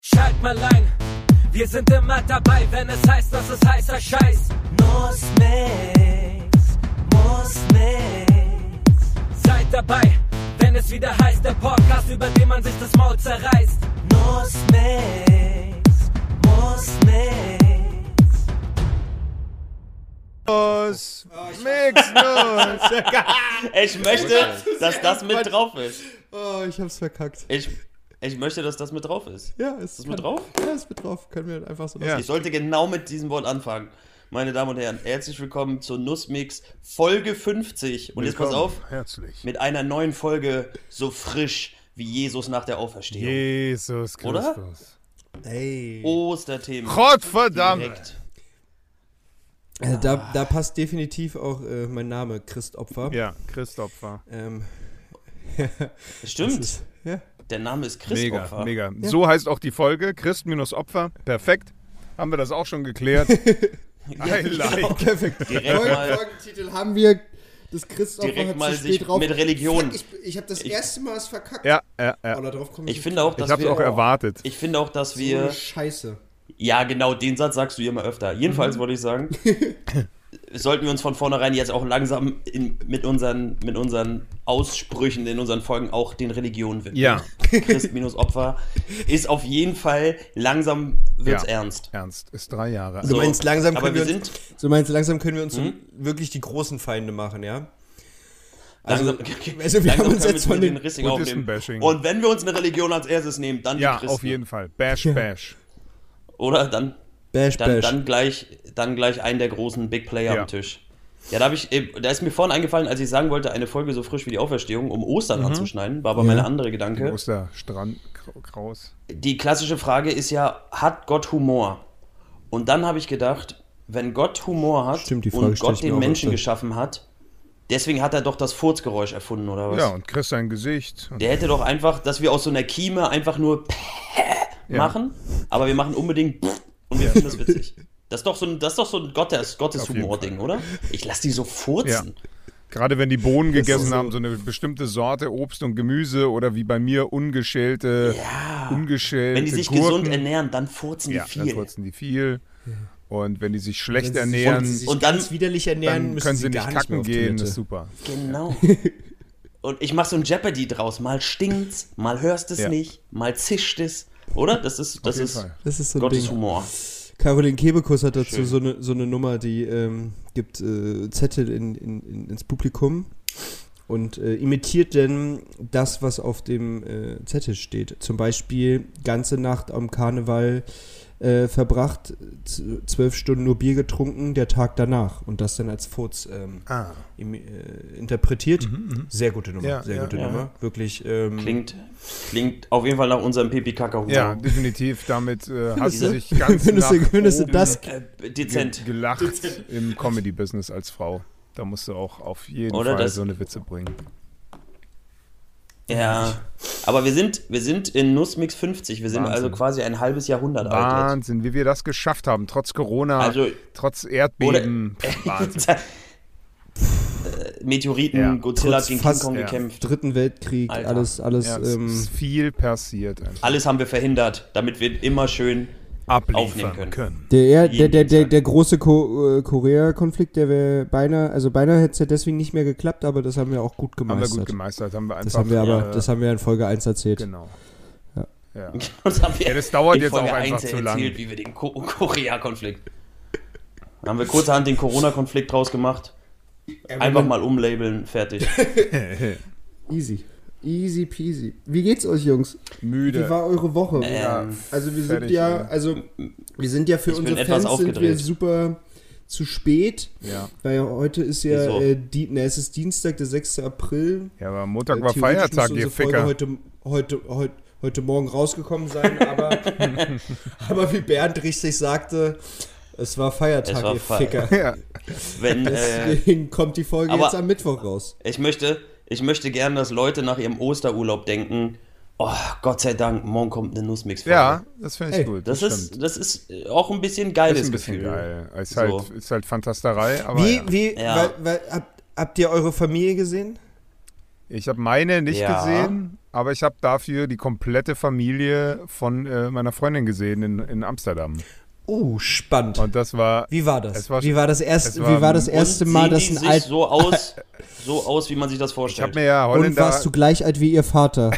Schalt mal ein, wir sind immer dabei, wenn es heißt, dass es heißer Scheiß. Muss nix, muss nix, Seid dabei, wenn es wieder heißt, der Podcast, über den man sich das Maul zerreißt. muss nix, muss nix. News. Mix News. Ich möchte, dass das mit drauf ist. Oh, ich hab's verkackt. Ich, ich möchte, dass das mit drauf ist. Ja, ist das mit drauf? Ja, ist mit drauf. Können wir einfach so lassen. Ich sollte genau mit diesem Wort anfangen. Meine Damen und Herren, herzlich willkommen zu Nussmix Folge 50. Und jetzt pass auf, Herzlich. mit einer neuen Folge so frisch wie Jesus nach der Auferstehung. Jesus Oder? Christus. Ey. Osterthemen. Gottverdammt. Direkt. Äh, da, da passt definitiv auch äh, mein Name, Christopfer. Ja, Christopher. Ähm, Stimmt, das ist- ja. der Name ist Mega, Christopher. mega. So heißt auch die Folge. Christ minus Opfer. Perfekt. Haben wir das auch schon geklärt. I like. Perfekt. Direkt mal, Folgentitel haben wir. Das Christopher direkt hat mal zu spät sich drauf. mit Religion. Fuck, ich, ich habe das erste Mal es verkackt. Ja, ja, Oh, ja. da drauf komme ich. Ich finde auch, dass Ich hab's wir, auch erwartet. ich finde auch, dass so eine wir Scheiße. Ja, genau, den Satz sagst du immer öfter. Jedenfalls wollte ich sagen, sollten wir uns von vornherein jetzt auch langsam in, mit, unseren, mit unseren Aussprüchen in unseren Folgen auch den Religionen widmen. Ja, Christ minus Opfer ist auf jeden Fall langsam wird's Ja. ernst. ernst. Ist drei Jahre. Du So, meinst, langsam aber können wir wir uns- sind Hm? So meinst du, langsam können wir uns so wirklich die großen Feinde machen, ja? Also, langsam, also wir langsam haben uns können jetzt wir von den. den Rissing aufnehmen. Buddhistenbashing. Und wenn wir uns eine Religion als erstes nehmen, dann ja, die Christen. auf jeden Fall. Bash, bash. Oder dann Bash, Dann, bash. dann, gleich, dann gleich einen der großen Big Player Ja. am Tisch. Ja, da, hab ich, äh, da ist mir vorhin eingefallen, als ich sagen wollte, eine Folge so frisch wie die Auferstehung, um Mhm. Ostern anzuschneiden, war aber meine andere Gedanke. Osterstrand, Kra- Kraus. Die klassische Frage ist ja, hat Gott Humor? Und dann habe ich gedacht, wenn Gott Humor hat Stimmt, die Frage und stell ich Gott mir den auch Menschen öfter. geschaffen hat, deswegen hat er doch das Furzgeräusch erfunden, oder was? Ja, und Chris sein Gesicht. Und Der hätte doch einfach, dass wir aus so einer Kieme einfach nur machen, aber wir machen unbedingt und wir finden das witzig. Das ist doch so ein, das ist doch so ein Gottes, Gotteshumor-Ding, oder? Ich lass die so furzen. Gerade wenn die Bohnen gegessen so- haben, so eine bestimmte Sorte Obst und Gemüse oder wie bei mir ungeschälte, ungeschälte Wenn die sich Gurken. gesund ernähren, dann furzen ja, die dann viel. furzen die viel. Und wenn die sich Wenn schlecht sie sich- ernähren, wenn sie sich Und dann- ganz widerlich ernähren, dann müssen können sie nicht gar kacken mehr auf gehen. Toilette. Das ist super. Genau. Und ich mache so ein Jeopardy draus. Mal stinkt's, mal hörst es Ja. nicht, mal zischt es. Oder? Das ist, das jeden ist Fall. Das ist so ein Gottes Ding. Humor. Caroline Kebekus hat dazu so eine, so eine Nummer, die ähm, gibt äh, Zettel in, in, in, ins Publikum und äh, imitiert dann das, was auf dem äh, Zettel steht. Zum Beispiel ganze Nacht am Karneval äh, verbracht, z- zwölf Stunden nur Bier getrunken, der Tag danach und das dann als Furz ähm, Ah, Mhm, im, äh, interpretiert. Sehr gute Nummer, Ja, sehr ja. gute Ja. Nummer. Wirklich. Ähm, Klingt, klingt auf jeden Fall nach unserem pipi kaka humor ja, definitiv. Damit äh, hat sie du- sich ganz wenn du- nach wenn du oben das- Äh, ge Dezent. gelacht im Comedy-Business als Frau. Da musst du auch auf jeden Oder Fall das- so eine Witze bringen. Ja, aber wir sind, wir sind in Nussmix 50. Wir sind Wahnsinn. also quasi ein halbes Jahrhundert alt. jetzt. Wahnsinn, wie wir das geschafft haben, trotz Corona, Also- trotz Erdbeben. Pff, Wahnsinn. Äh, Meteoriten, Ja. Godzilla hat Trotz gegen King fast- Kong ja. gekämpft. Dritten Weltkrieg, Alter. alles, alles. Ja, es ähm, ist viel passiert. einfach. Alles haben wir verhindert, damit wir immer schön. Abliefern können. Der, er- der, Jeden der, der, Dienstag. der große Ko äh, Korea-Konflikt, der wäre beinahe, also beinahe hätte es ja deswegen nicht mehr geklappt, aber das haben wir auch gut Haben wir gemeistert. gut gemeistert. Haben wir einfach, das haben wir aber, äh, das haben wir in Folge 1 erzählt. genau. Ja. Ja. Das, haben wir Ja, das dauert in jetzt auch Folge einfach 1 zu lang. Erzählt, wie wir den Ko Korea-Konflikt. Da haben wir kurzerhand den Corona-Konflikt draus gemacht. Einfach mal umlabeln, fertig. Easy. Easy peasy. Wie geht's euch, Jungs? Wie Müde. war eure Woche? Ähm, also wir fertig, sind ja, ey. also wir sind ja für Ich bin unsere etwas Fans sind wir aufgedreht. super zu spät, Ja. weil heute ist ja, Wieso? äh, die, ne, es ist Dienstag, der 6. April. ja, aber Montag Äh, war theoretisch Feiertag, müsste ihr unsere Folge Ficker. Heute, heute, heute, heute Morgen rausgekommen sein, aber, aber wie Bernd richtig sagte, es war Feiertag, Es war ihr Fe- Ficker. Ja. Wenn, äh, Deswegen kommt die Folge aber- jetzt am Mittwoch raus. ich möchte, ich möchte gerne, dass Leute nach ihrem Osterurlaub denken: Oh, Gott sei Dank, morgen kommt eine Nussmix-Folge. ja, das finde ich Ey, gut. Das, stimmt. ist, das ist äh, auch ein bisschen geiles ist ein bisschen Gefühl. geil. Ist So. halt, ist halt Fantasterei, aber Wie, ja. wie, Ja. weil, weil, habt, habt ihr eure Familie gesehen? ich habe meine nicht Ja. gesehen, aber ich habe dafür die komplette Familie von äh, meiner Freundin gesehen in, in Amsterdam. Oh, spannend. Und das war. Wie war das? Es war wie war das es erste, war- wie war das erste Und Mal, sehen dass die ein sich alt so aus, so aus, wie man sich das Ich habe vorstellt. mir ja und Holländer. warst du gleich alt wie ihr Vater?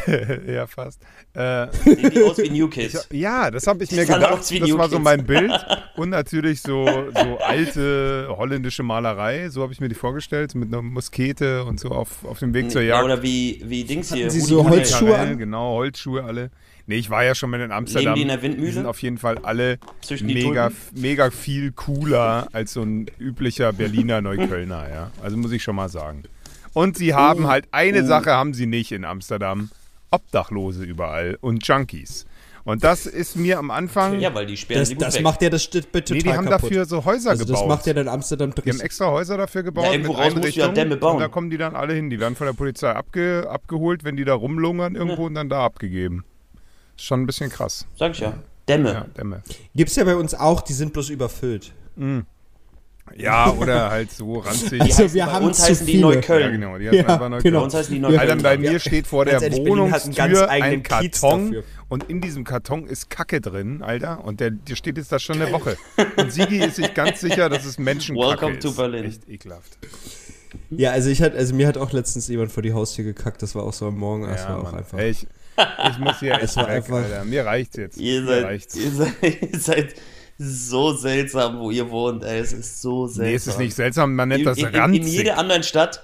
ja, fast. Äh, Sehen die aus wie New Kids. ja, das habe ich mir sahen gedacht. aus wie Das New war so Kids. mein Bild. Und natürlich so, so alte holländische Malerei. So habe ich mir die vorgestellt. Mit einer Muskete und so auf, auf dem Weg zur Ja, Jagd. oder wie, wie Dings hier. Hatten sie Rudi so Carrell. Holzschuhe Holzschuhe an? Genau, Holzschuhe alle. Nee, ich war ja schon mal in Amsterdam. Leben die in der Windmühle? Die sind auf jeden Fall alle Zwischen die mega, Tulpen? mega viel cooler als so ein üblicher Berliner Neuköllner, ja. Also muss ich schon mal sagen. Und sie Oh, haben halt eine Sache haben sie nicht in Amsterdam. Obdachlose überall und Junkies. Und das ist mir am Anfang. Ja, weil die sperren Das, sie gut das weg. macht ja das Stück bitte nee, die haben kaputt. dafür so Häuser also das gebaut. macht ja dann Amsterdam die haben extra Häuser dafür gebaut. Ja, irgendwo mit raus musst du ja Einrichtungen. Dämme bauen. Und da kommen die dann alle hin. Die werden von der Polizei abge abgeholt, wenn die da rumlungern irgendwo und dann da abgegeben. Ist schon ein bisschen krass. Sag ich ja. Dämme. Ja, Dämme. Gibt's ja bei uns auch, die sind bloß überfüllt. Ja, oder halt so ranzig. Die Also heißen- wir bei haben uns zu heißen die viele. Ja, Neukölln. genau. Die heißen Ja, einfach Neukölln. genau. Bei uns heißen die Alter, Neukölln. bei mir steht vor der Ganz ehrlich, Berlin hat halt einen ganz Wohnungstür ein eigenen Kiez Karton dafür. und in diesem Karton ist Kacke drin, Alter. Und der, der steht jetzt da schon eine Woche. Und Sigi ist sich ganz sicher, dass es Menschenkacke Welcome ist. to Berlin. Echt ekelhaft. Ja, also ich hat, also mir hat auch letztens jemand vor die Haustür gekackt, das war auch so am Morgen, das war auch Mann. einfach. Ey, ich, ich muss hier echt Es war weg, einfach- Alter. Mir reicht's jetzt. Ihr Mir seid, reicht's. ihr, seid, ihr seid so seltsam, wo ihr wohnt, ey. Es ist so seltsam. Nee, es ist nicht seltsam, man nennt in, das in, in, in ranzig. jeder anderen Stadt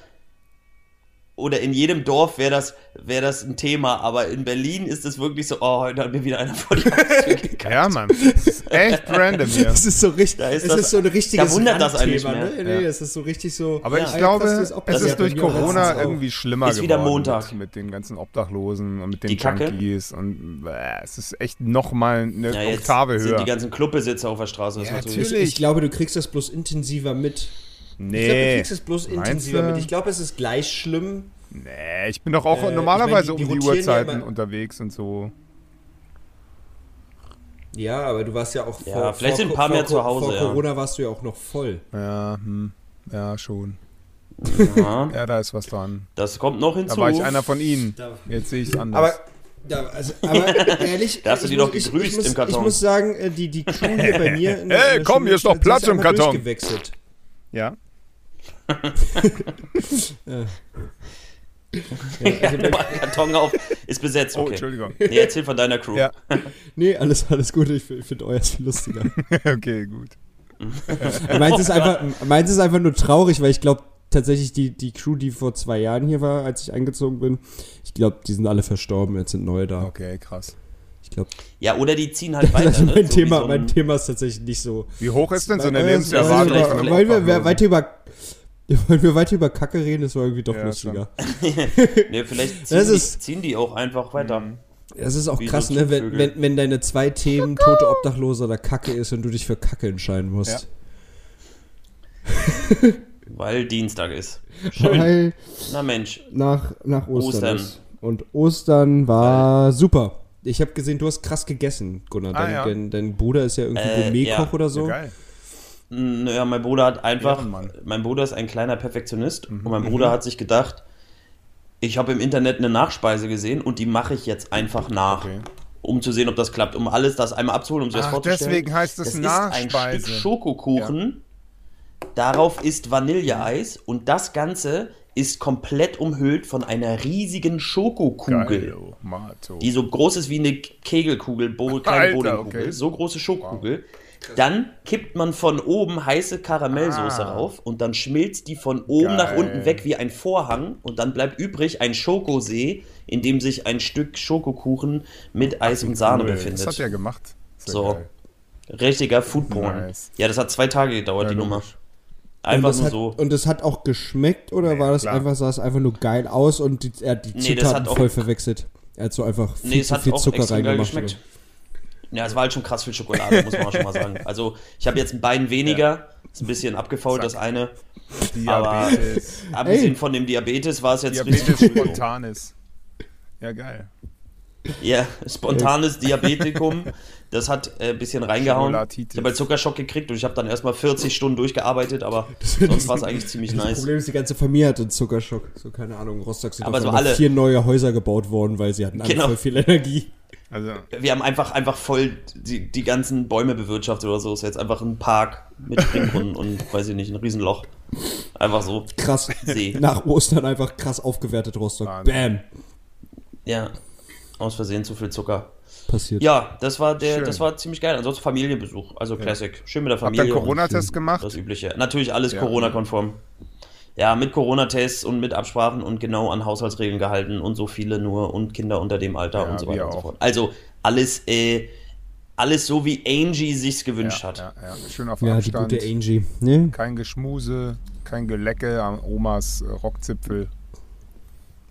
oder in jedem Dorf wäre das, wär das ein Thema, aber in Berlin ist es wirklich so, oh, heute hat mir wieder einer vor die Haustür gekackt. Ja, Mann. Das ist echt random hier. Das ist so richtig, Da ist es das- ist so ein richtiges da wundert das eigentlich Randthema, mehr. ne? Nee, Ja. das ist so richtig so. Aber Ja, ich ey, glaube, krass, das es Obdach- ist durch Ja, bei mir letztens Corona auch. irgendwie schlimmer Ist wieder geworden. Montag. Mit, mit den ganzen Obdachlosen und mit den Die Kacke. Junkies. Und äh, es ist echt nochmal eine Ja, jetzt Oktave sind höher. die ganzen Clubbesitzer auf der Straße. Das Ja, ist natürlich- natürlich. Ich glaube, du kriegst das bloß intensiver mit. Ich glaube, du nee. kriegst es bloß Meinst intensiver du? mit. Ich glaube, es ist gleich schlimm. nee, ich bin doch auch Äh, ich normalerweise meine, die- die um die rotieren ja Uhrzeiten immer- unterwegs und so. Ja, aber du warst ja auch vor, Ja, vielleicht vor, sind ein paar vor, mehr zu Hause, Vor ja. Corona warst du ja auch noch voll. Ja, hm. ja, schon. Ja, Ja, da ist was dran. das kommt noch Da hinzu. war ich einer von ihnen. Da- Jetzt sehe ich es anders. Aber, da, also, aber ehrlich, Da hast du ich die muss- doch ich- ich gegrüßt muss- im Karton. Ich muss sagen, äh, die, die Crew hier bei mir. In, der- Hey, in der komm, hier ist Schule- doch Platz sind im einmal Karton. durchgewechselt. ja. Karton auf, ist besetzt. Oh, Okay. Entschuldigung. Nee, erzähl von deiner Crew. Ja. Nee, alles, alles gut. Ich, ich finde euer viel lustiger. okay, gut. meins, Oh ist einfach, meins ist einfach nur traurig, weil ich glaube, tatsächlich die, die Crew, die vor zwei Jahren hier war, als ich eingezogen bin, ich glaube, die sind alle verstorben. Jetzt sind neue da. Okay, krass. Ich glaube, Ja, oder die ziehen halt weiter. also ne? mein, So wie Thema, so ein- mein Thema ist tatsächlich nicht so. Wie hoch ist denn so eine Äh, Lebenserwartung? wollen wir- von einem ne? Wollen wir Obdachlosen? weiter über. Wollen wir weiter über Kacke reden? Das war irgendwie doch Ja, lustiger. Nee, vielleicht ziehen, Das ist- Mhm. die, ziehen die auch einfach weiter. Das ist auch Wie krass, so ne? Wenn, Zugvögel. wenn, wenn deine zwei Themen tote Obdachlose oder Kacke ist und du dich für Kacke entscheiden musst. Weil Dienstag ist. Weil Na Mensch. nach, nach Ostern, Ostern. ist. Und Ostern war super. Ich habe gesehen, du hast krass gegessen, Gunnar. Ah, Dein, ja. dein, dein Bruder ist ja irgendwie Äh, Gourmetkoch ja. oder Ja, so. geil. Naja, mein Bruder hat einfach. Ehrenmann. Mein Bruder ist ein kleiner Perfektionist Mhm. und mein Bruder hat sich gedacht, ich habe im Internet eine Nachspeise gesehen und die mache ich jetzt einfach nach. Okay. Um zu sehen, ob das klappt, um alles das einmal abzuholen, um sich das Ach, vorzustellen. deswegen heißt es das Nachspeise. Ist ein Stück Schokokuchen, darauf ist Vanilleeis und das Ganze ist komplett umhüllt von einer riesigen Schokokugel. Geil, Mato. die so groß ist wie eine Kegelkugel, Bo kleine Alter, Bowlingkugel, okay. so große Schokokugel. Dann kippt man von oben heiße Karamellsoße Ah. rauf und dann schmilzt die von oben nach Geil. unten weg wie ein Vorhang und dann bleibt übrig ein Schokosee, in dem sich ein Stück Schokokuchen mit Eis und Sahne Cool. befindet. Das hat er gemacht. Sehr So. geil. Richtiger Foodporn. Nice. Ja, das hat zwei Tage gedauert, Ja, die Nummer. logisch. Einfach und das nur hat, so. Und das hat auch geschmeckt oder Nee, war das klar. einfach, sah es einfach nur geil aus und die, er hat die Nee, das Zutaten hat auch- voll verwechselt. Er hat so einfach viel Nee, es zu hat viel auch Zucker extrem geil reingemacht. oder geschmeckt. Ja, es war halt schon krass viel Schokolade, muss man auch schon mal sagen. Also, ich habe jetzt ein Bein weniger, ist ein bisschen abgefault, das eine. Diabetes. Abgesehen Ey. von dem Diabetes war es jetzt Diabetes richtig cool. spontanes. Ja, geil. Ja, spontanes Diabetikum. Das hat äh, ein bisschen reingehauen. Schokolatitis. Ich habe halt Zuckerschock gekriegt und ich habe dann erstmal 40 Stunden durchgearbeitet, aber sonst war es eigentlich ziemlich Das nice. Problem ist, die ganze Familie hatte einen Zuckerschock. So, keine Ahnung, in Rostock sind Aber auf so einmal alle- vier neue Häuser gebaut worden, weil sie hatten alle Genau. voll viel Energie. Also, Wir haben einfach, einfach voll die, die ganzen Bäume bewirtschaftet oder so. Ist jetzt einfach ein Park mit Springbrunnen und weiß ich nicht, ein Riesenloch. Einfach so. Krass. See. Nach Ostern einfach krass aufgewertet Rostock. Wahnsinn. Bam. Ja. Aus Versehen zu viel Zucker. Passiert. Ja, das war der, Schön. das war ziemlich geil. Ansonsten Familienbesuch, also Classic. Schön mit der habt ihr Familie. einen und- Corona-Test Das gemacht? Übliche. Natürlich alles Ja. Corona-konform. Ja, mit Corona-Tests und mit Absprachen und genau an Haushaltsregeln gehalten und so viele nur und Kinder unter dem Alter Ja, und so wir weiter und so auch. fort. Also alles, äh, alles so, wie Angie sich's gewünscht Ja, hat. ja, ja. Schön auf Ja, die Abstand. gute Angie. Ne? Kein Geschmuse, kein Gelecke am Omas äh, Rockzipfel.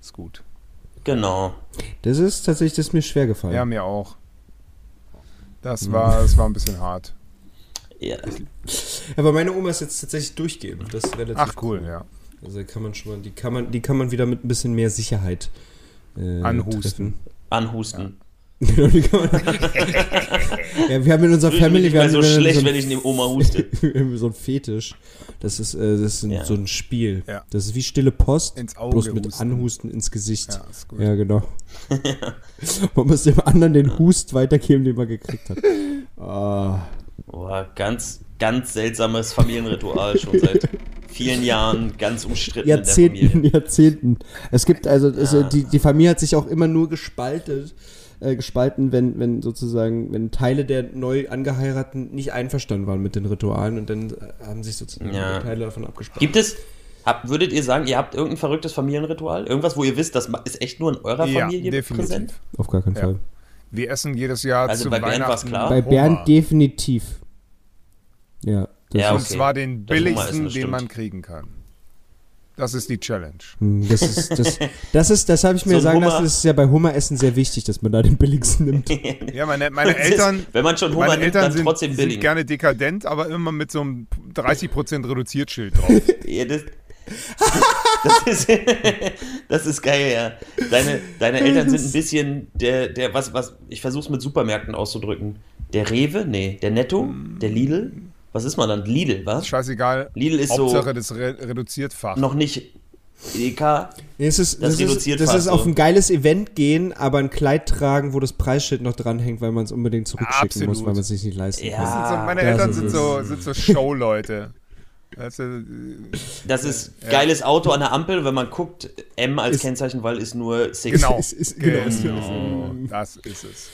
Ist gut. Genau. Das ist tatsächlich, das ist mir schwer gefallen. Ja, mir auch. Mhm. Das war, das war ein bisschen hart. Ja. Aber meine Oma ist jetzt tatsächlich durchgehend. Das ist relativ Ach cool, ja. Also kann man schon mal, die kann man, die kann man wieder mit ein bisschen mehr Sicherheit äh, Anhusten. Anhusten. treffen. Genau, die kann man. ja, wir haben in unserer Ich fühle mich Family, nicht wir mehr haben so wir haben schlecht, so wenn ich neben Oma huste. wir haben so ein Fetisch. Das ist, äh, das ist ein, Ja. so ein Spiel. Ja. Das ist wie stille Post, Ins Auge bloß mit husten. Anhusten ins Gesicht. Ja, ist gut. Ja, genau. Man muss dem anderen den Hust weitergeben, den man gekriegt hat. Ah, Boah, ganz, ganz seltsames Familienritual schon seit vielen Jahren, ganz umstritten in der Jahrzehnten, Familie. Jahrzehnten. Es gibt also, also die, die Familie hat sich auch immer nur gespaltet, äh, gespalten, wenn, wenn sozusagen, wenn Teile der neu angeheirateten nicht einverstanden waren mit den Ritualen und dann äh, haben sich sozusagen Ja. Teile davon abgespalten. Gibt es, hab, würdet ihr sagen, ihr habt irgendein verrücktes Familienritual? Irgendwas, wo ihr wisst, das ma- ist echt nur in eurer Ja, Familie definitiv. präsent? Auf gar keinen Ja. Fall. Wir essen jedes Jahr Also zu bei Bernd Weihnachten war's klar? Bei Hummer. Bernd definitiv. Ja. Das Ja, Und okay. zwar den Das Hummer essen, billigsten, das den stimmt. man kriegen kann. Das ist die Challenge. Hm, Das ist, das, das ist, das habe ich mir So ein sagen Hummer- lassen, das ist ja bei Hummeressen sehr wichtig, dass man da den billigsten nimmt. Ja, meine, meine Das ist- Eltern, wenn man schon Hummer meine nimmt, Eltern dann sind, trotzdem billig. sind gerne dekadent, aber immer mit so einem 30% reduziert Schild drauf. Ja, das, das, ist, das ist geil, ja. Deine, deine Eltern sind ein bisschen der, der was, was, ich versuch's mit Supermärkten auszudrücken. Der Rewe? Nee, der Netto? Der Lidl? Was ist man dann? Lidl, was? Scheißegal. Lidl ist so- Hauptsache das Re Reduziertfach. Noch nicht Edeka? Nee, es ist, Das das reduziert ist, das fast ist auf so. ein geiles Event gehen, aber ein Kleid tragen, wo das Preisschild noch dranhängt, weil man es unbedingt zurückschicken Absolut. muss, weil man es sich nicht leisten Ja. kann. Das sind so, meine das Eltern ist sind es. so, sind so Show-Leute. Weißt du, Das ist geiles Auto an der Ampel, wenn man guckt, M als Ist- Kennzeichen, weil ist nur Six. genau. Ist- ist- genau, ist- Genau, Das ist es.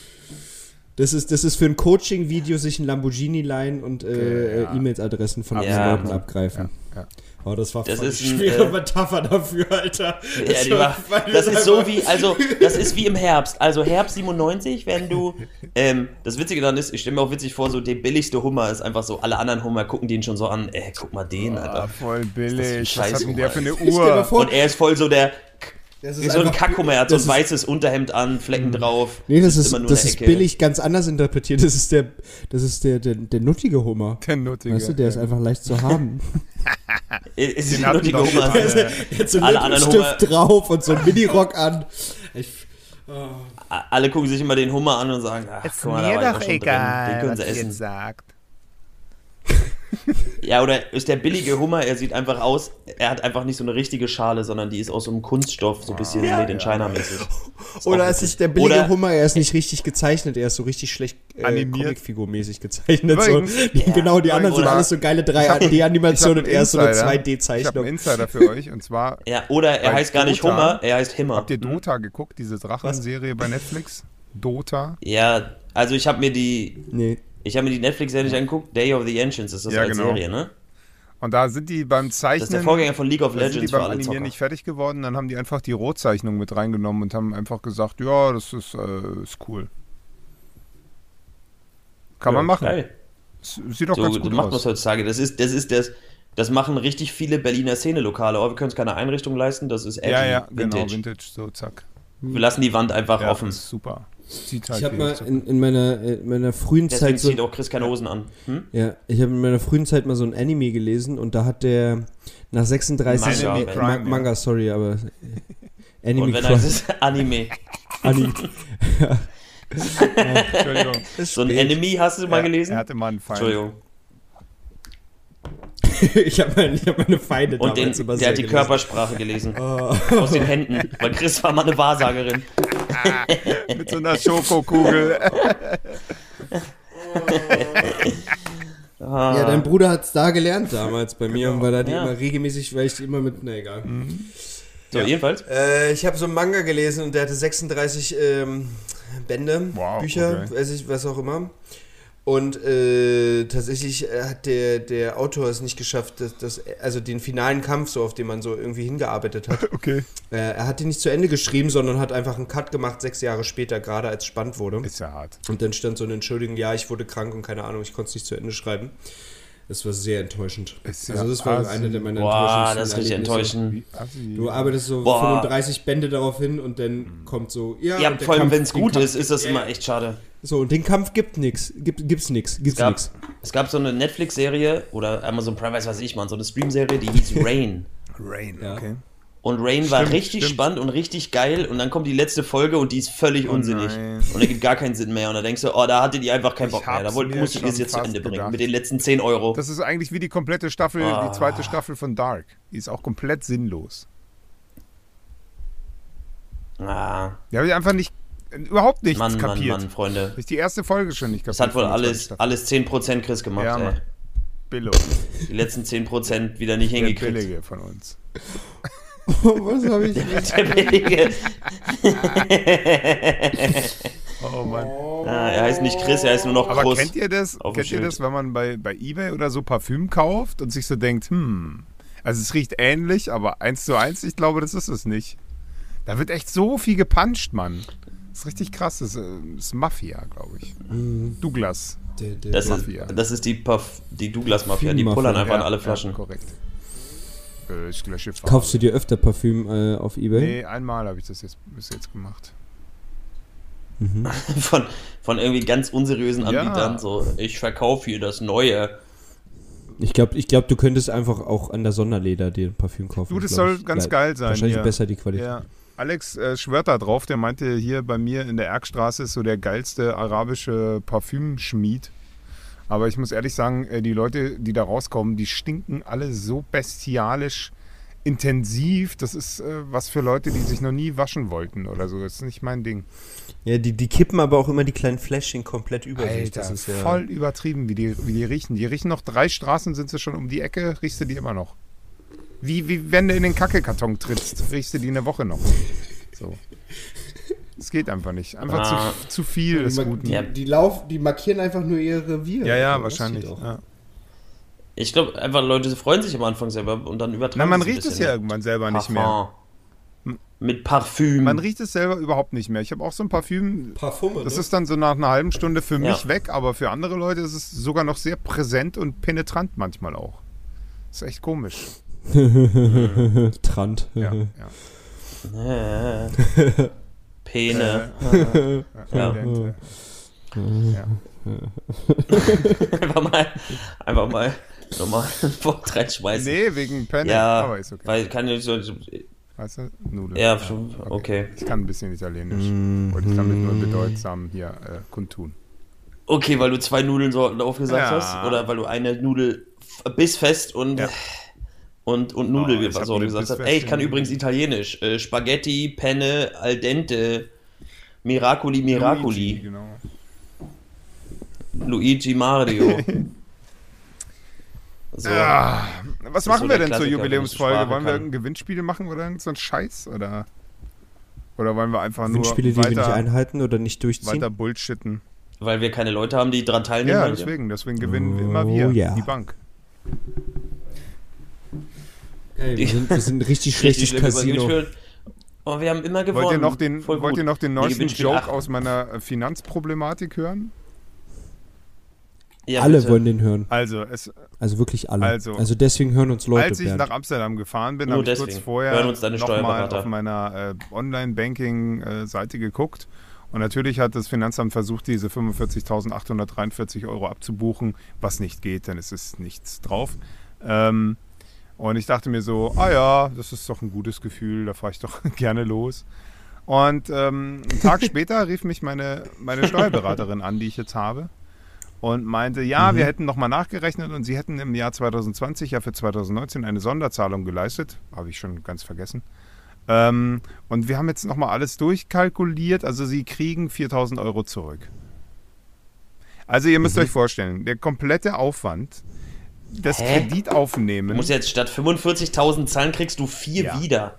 Das ist, das ist für ein Coaching-Video sich ein Lamborghini leihen und äh, ja. äh, E-Mails-Adressen von anderen Ja. Leuten abgreifen. Ja. Oh, das war Das voll ist die ein, schwere äh, Metapher dafür, Alter. Ja, Das die war- war, weil das ist so einfach- wie, also, das ist wie im Herbst. Also Herbst 97, wenn du. Ähm, das Witzige daran ist, ich stelle mir auch witzig vor, so der billigste Hummer ist einfach so, alle anderen Hummer gucken den schon so an, ey, guck mal den, Ah, Alter. voll billig. Scheiß Was hat denn der für eine Ich stell mir Uhr? vor, Und er ist voll so der. das Wie so ein einfach- Kackhummer, er hat so das ein ist- Mhm. weißes Unterhemd an, Flecken drauf. Nee, das sitzt ist, das in ist der Ecke. billig ganz anders interpretiert. Das ist der, das ist der, der, der nuttige Hummer. Der Nuttige. Weißt du, der ist einfach leicht zu haben. Äh, Es ist Den nur hatten die doch schon Hummer. alle. Also, Jetzt so Alle einen anderen Lippenstift drauf und so einen Minirock an. Ich, Alle gucken sich immer den Hummer an und sagen, ach, guck mal, da war doch egal, drin. Den können sie essen. sagt. Ja, oder ist der billige Hummer, er sieht einfach aus, er hat einfach nicht so eine richtige Schale, sondern die ist aus so einem Kunststoff, so ein bisschen Made in China-mäßig. Ist auch oder es witzig. ist der billige Oder- Hummer, er ist nicht richtig gezeichnet, er ist so richtig schlecht äh, Animiert. Comicfigur-mäßig gezeichnet. Übrigens- so. Die- Genau, die anderen sind Oder- alles so geile 3D-Animationen und er ist so eine Ich habe einen 2D-Zeichnung. Insider für euch und zwar Ja, oder er Bei heißt gar nicht Dota- Hummer, er heißt Himmer. habt ihr Dota geguckt, diese Drachenserie bei Netflix? Dota? Ja, also ich habe mir die, Nee. ich habe mir die Netflix-Serie nicht angeguckt, Day of the Ancients ist das Ja, als genau. Serie, ne? Und da sind die beim Das Zeichnen ist der Vorgänger von League of Da sind die Legends für beim alle Animieren Zocker. nicht fertig geworden, dann haben die einfach die Rohzeichnung mit reingenommen und haben einfach gesagt, ja, das ist, äh, ist cool. Kann man machen. Geil. S- Sieht doch So, ganz so gut macht man es aus. heutzutage. Das halt ist, das ist das, das machen richtig viele Berliner Szene-Lokale, aber wir können uns keine Einrichtung leisten, das ist Ja, edgy, ja, genau, vintage. Vintage, so zack. Wir lassen die Wand einfach Ja, offen. ist super. Sieht halt Ich habe wie- mal in, in, meiner, äh, in meiner frühen Deswegen Zeit so, zieht auch Chris keine Hosen an. Hm? ja, ich habe in meiner frühen Zeit mal so ein Anime gelesen und da hat der nach 36 Manga, äh, wenn- Ma Manga, sorry, aber äh, Anime Und wenn Crime. das ist Anime. Anime. Entschuldigung. So ein Enemy hast du mal gelesen? Er hatte mal einen Feind. Entschuldigung. ich habe meine, ich hab meine Feinde Und den, damals immer der sehr Oh. hat die gelesen. Körpersprache gelesen. Aus den Händen. Weil Chris war mal eine Wahrsagerin. Mit so einer Schokokugel. Ah, Genau. Ja, dein Bruder hat's da gelernt damals bei mir und war da die Ja. Mhm. immer regelmäßig, weil ich die immer mit, na egal. so, jedenfalls. Äh, ich habe so einen Manga gelesen und der hatte 36 ähm, Bände, Wow, Bücher, okay. weiß ich, was auch immer. Und äh, tatsächlich äh, hat der, der Autor es nicht geschafft, dass, dass, also den finalen Kampf, so auf den man so irgendwie hingearbeitet hat, Okay. äh, er hat den nicht zu Ende geschrieben, sondern hat einfach einen Cut gemacht, sechs Jahre später, gerade als es spannend wurde. Ist ja hart. Und dann stand so ein Entschuldigung, ja, ich wurde krank und keine Ahnung, ich konnte es nicht zu Ende schreiben. Das war sehr enttäuschend. Ist ja also das war assi. eine der meiner Boah, enttäuschendsten das ist richtig Erlebnisse. enttäuschend. Wie assi. Du arbeitest so Boah. 35 Bände darauf hin und dann kommt so, ja, Ja, und der vor allem, Kampf- wenn es den gut Kampf- ist, ist das immer echt schade. So, und den Kampf gibt nix, gibt, gibt's nix, gibt's Es gab, nix. es gab so eine Netflix-Serie oder Amazon Prime, weiß was ich mal, so eine Stream-Serie, die hieß Rain. Rain, Ja. okay. Und Rain war Stimmt, richtig stimmt. spannend und richtig geil. Und dann kommt die letzte Folge und die ist völlig Oh unsinnig. nein. Und da gibt gar keinen Sinn mehr. Und da denkst du, oh, da hatte die einfach keinen Ich Bock mehr. Da hab's wollt, mir musst du schon das jetzt zu fast Ende bringen. gedacht. Mit den letzten 10 Euro. Das ist eigentlich wie die komplette Staffel, Ah. die zweite Staffel von Dark. Die ist auch komplett sinnlos. ah, Die habe ich einfach nicht, überhaupt nichts Mann, Mann, kapiert. Mann, Freunde. Hab Ich die erste Folge schon nicht kapiert. Das hat wohl von der zweiten alles, Staffel. alles 10% Chris gemacht, Ja, ey. Mann. Billo, Die letzten 10% wieder nicht der hingekriegt. Billige von uns. was habe ich? Der Billige. Oh Mann. ah, er heißt nicht Chris, er heißt nur noch Aber Chris. kennt ihr das? Auf dem Kennt ihr Schild. das, wenn man bei, bei Ebay oder so Parfüm kauft und sich so denkt, hm, also es riecht ähnlich, aber eins zu eins, ich glaube, das ist es nicht. Da wird echt so viel gepanscht, Mann. Das ist richtig krass. Das äh, ist Mafia, glaube ich. Mhm. Douglas. Der, der, Das ist, Mafia. das ist die, Puff- die Douglas-Mafia. Die Filmmafia. pullern einfach Ja, in alle Flaschen. Ja, korrekt. Äh, ich lösche Farbe. Kaufst du dir öfter Parfüm äh, auf Ebay? Nee, einmal habe ich das jetzt bis jetzt gemacht. Von, von irgendwie ganz unseriösen Ja. Anbietern. So, ich verkaufe hier das Neue. Ich glaube, ich glaub, du könntest einfach auch an der Sonderleder dir ein Parfüm kaufen. Du, das glaub soll ich. ganz Bleib- geil sein. Wahrscheinlich hier. besser die Qualität. Ja. Alex äh, schwört da drauf, der meinte, hier bei mir in der Erkstraße ist so der geilste arabische Parfümschmied. Aber ich muss ehrlich sagen, äh, die Leute, die da rauskommen, die stinken alle so bestialisch intensiv. Das ist äh, was für Leute, die sich noch nie waschen wollten oder so. Das ist nicht mein Ding. Ja, die, die kippen aber auch immer die kleinen Fläschchen komplett über sich. Alter, Das ist ja voll übertrieben, wie die, wie die riechen. Die riechen noch drei Straßen, sind sie schon um die Ecke, riechst du die immer noch. Wie, wie wenn du in den Kackekarton trittst, riechst du die eine Woche noch. So. Es geht einfach nicht. Einfach Ah. zu, zu viel des Guten. Ja, Ja. die, lauf, die markieren einfach nur ihr Revier. ja, Das wahrscheinlich. geht auch. Ja. Ich glaube, einfach Leute freuen sich am Anfang selber und dann übertragen Na, man sie ein riecht es bisschen, ja ne? irgendwann selber nicht mehr. Parfum. Mit Parfüm. Man riecht es selber überhaupt nicht mehr. Ich habe auch so ein Parfüm, Parfumme, das ne? ist dann so nach einer halben Stunde für mich Ja. weg, aber für andere Leute ist es sogar noch sehr präsent und penetrant manchmal auch. Ist echt komisch. Trant. Ja, ja. Äh. Pene. Äh, Ja. Dente. Ja. Einfach mal, einfach mal nochmal ein Wort reinschmeißen. Nee, wegen Penne, ja, aber ist okay. weil kann ich so, so- weißt du? Nudeln. ja, Mm, schon, okay. Ich kann ein bisschen Italienisch. Wollte ich damit nur bedeutsam hier äh, kundtun. Okay, weil du zwei Nudelsorten aufgesagt Ja. hast oder weil du eine Nudel f- bissfest und Ja. und und Oh, ich hab Nudelsorten eine gesagt hast. bissfeste Ey, ich kann Nudel. übrigens Italienisch. Äh, Spaghetti, Penne, al dente, Miracoli, Luigi, Miracoli, Genau. Luigi, Mario. so. Ah, was so machen wir der denn zur Klassiker, wenn ich die Jubiläumsfolge? Sprache Wollen wir kann. irgendein Gewinnspiel machen oder irgend so ein Scheiß? Oder, oder wollen wir einfach nur Windspiele, die wir nicht weiter, einhalten oder nicht durchziehen. weiter bullshitten? Weil wir keine Leute haben, die dran teilnehmen. Ja, weil wir- deswegen. Deswegen gewinnen wir Oh, immer wir, ja. die Bank. Ey, wir, sind, wir sind richtig richtig schlechtes schlimm über Casino. Gewinnspiel. Aber wir haben immer gewonnen. Wollt ihr noch den, Voll wollt gut. ihr noch den Nee, neuesten Gewinnspiel Joke acht. aus meiner äh, Finanzproblematik hören? Ja, Alle bitte. wollen den hören. Also, es, Also wirklich alle. Also- Also, deswegen hören uns Leute. als ich Bernd. nach Amsterdam gefahren bin, Nur habe ich kurz deswegen. vorher Hören uns deine nochmal Steuerberater. auf meiner äh, Online-Banking-Seite geguckt. Und natürlich hat das Finanzamt versucht, diese 45.843 Euro abzubuchen. Was nicht geht, dann ist es nichts drauf. Ähm, und ich dachte mir so, ah ja, das ist doch ein gutes Gefühl, da fahre ich doch gerne los. Und ähm, einen Tag später rief mich meine, meine Steuerberaterin an, die ich jetzt habe, und meinte, ja, wir hätten nochmal nachgerechnet und sie hätten im Jahr 2020 ja für 2019 eine Sonderzahlung geleistet. Habe ich schon ganz vergessen. Ähm, und wir haben jetzt nochmal alles durchkalkuliert. Also sie kriegen 4000 Euro zurück. Also ihr müsst euch vorstellen, der komplette Aufwand, das Hä? Kredit aufnehmen. Du musst jetzt statt 45.000 zahlen, kriegst du vier Ja. wieder.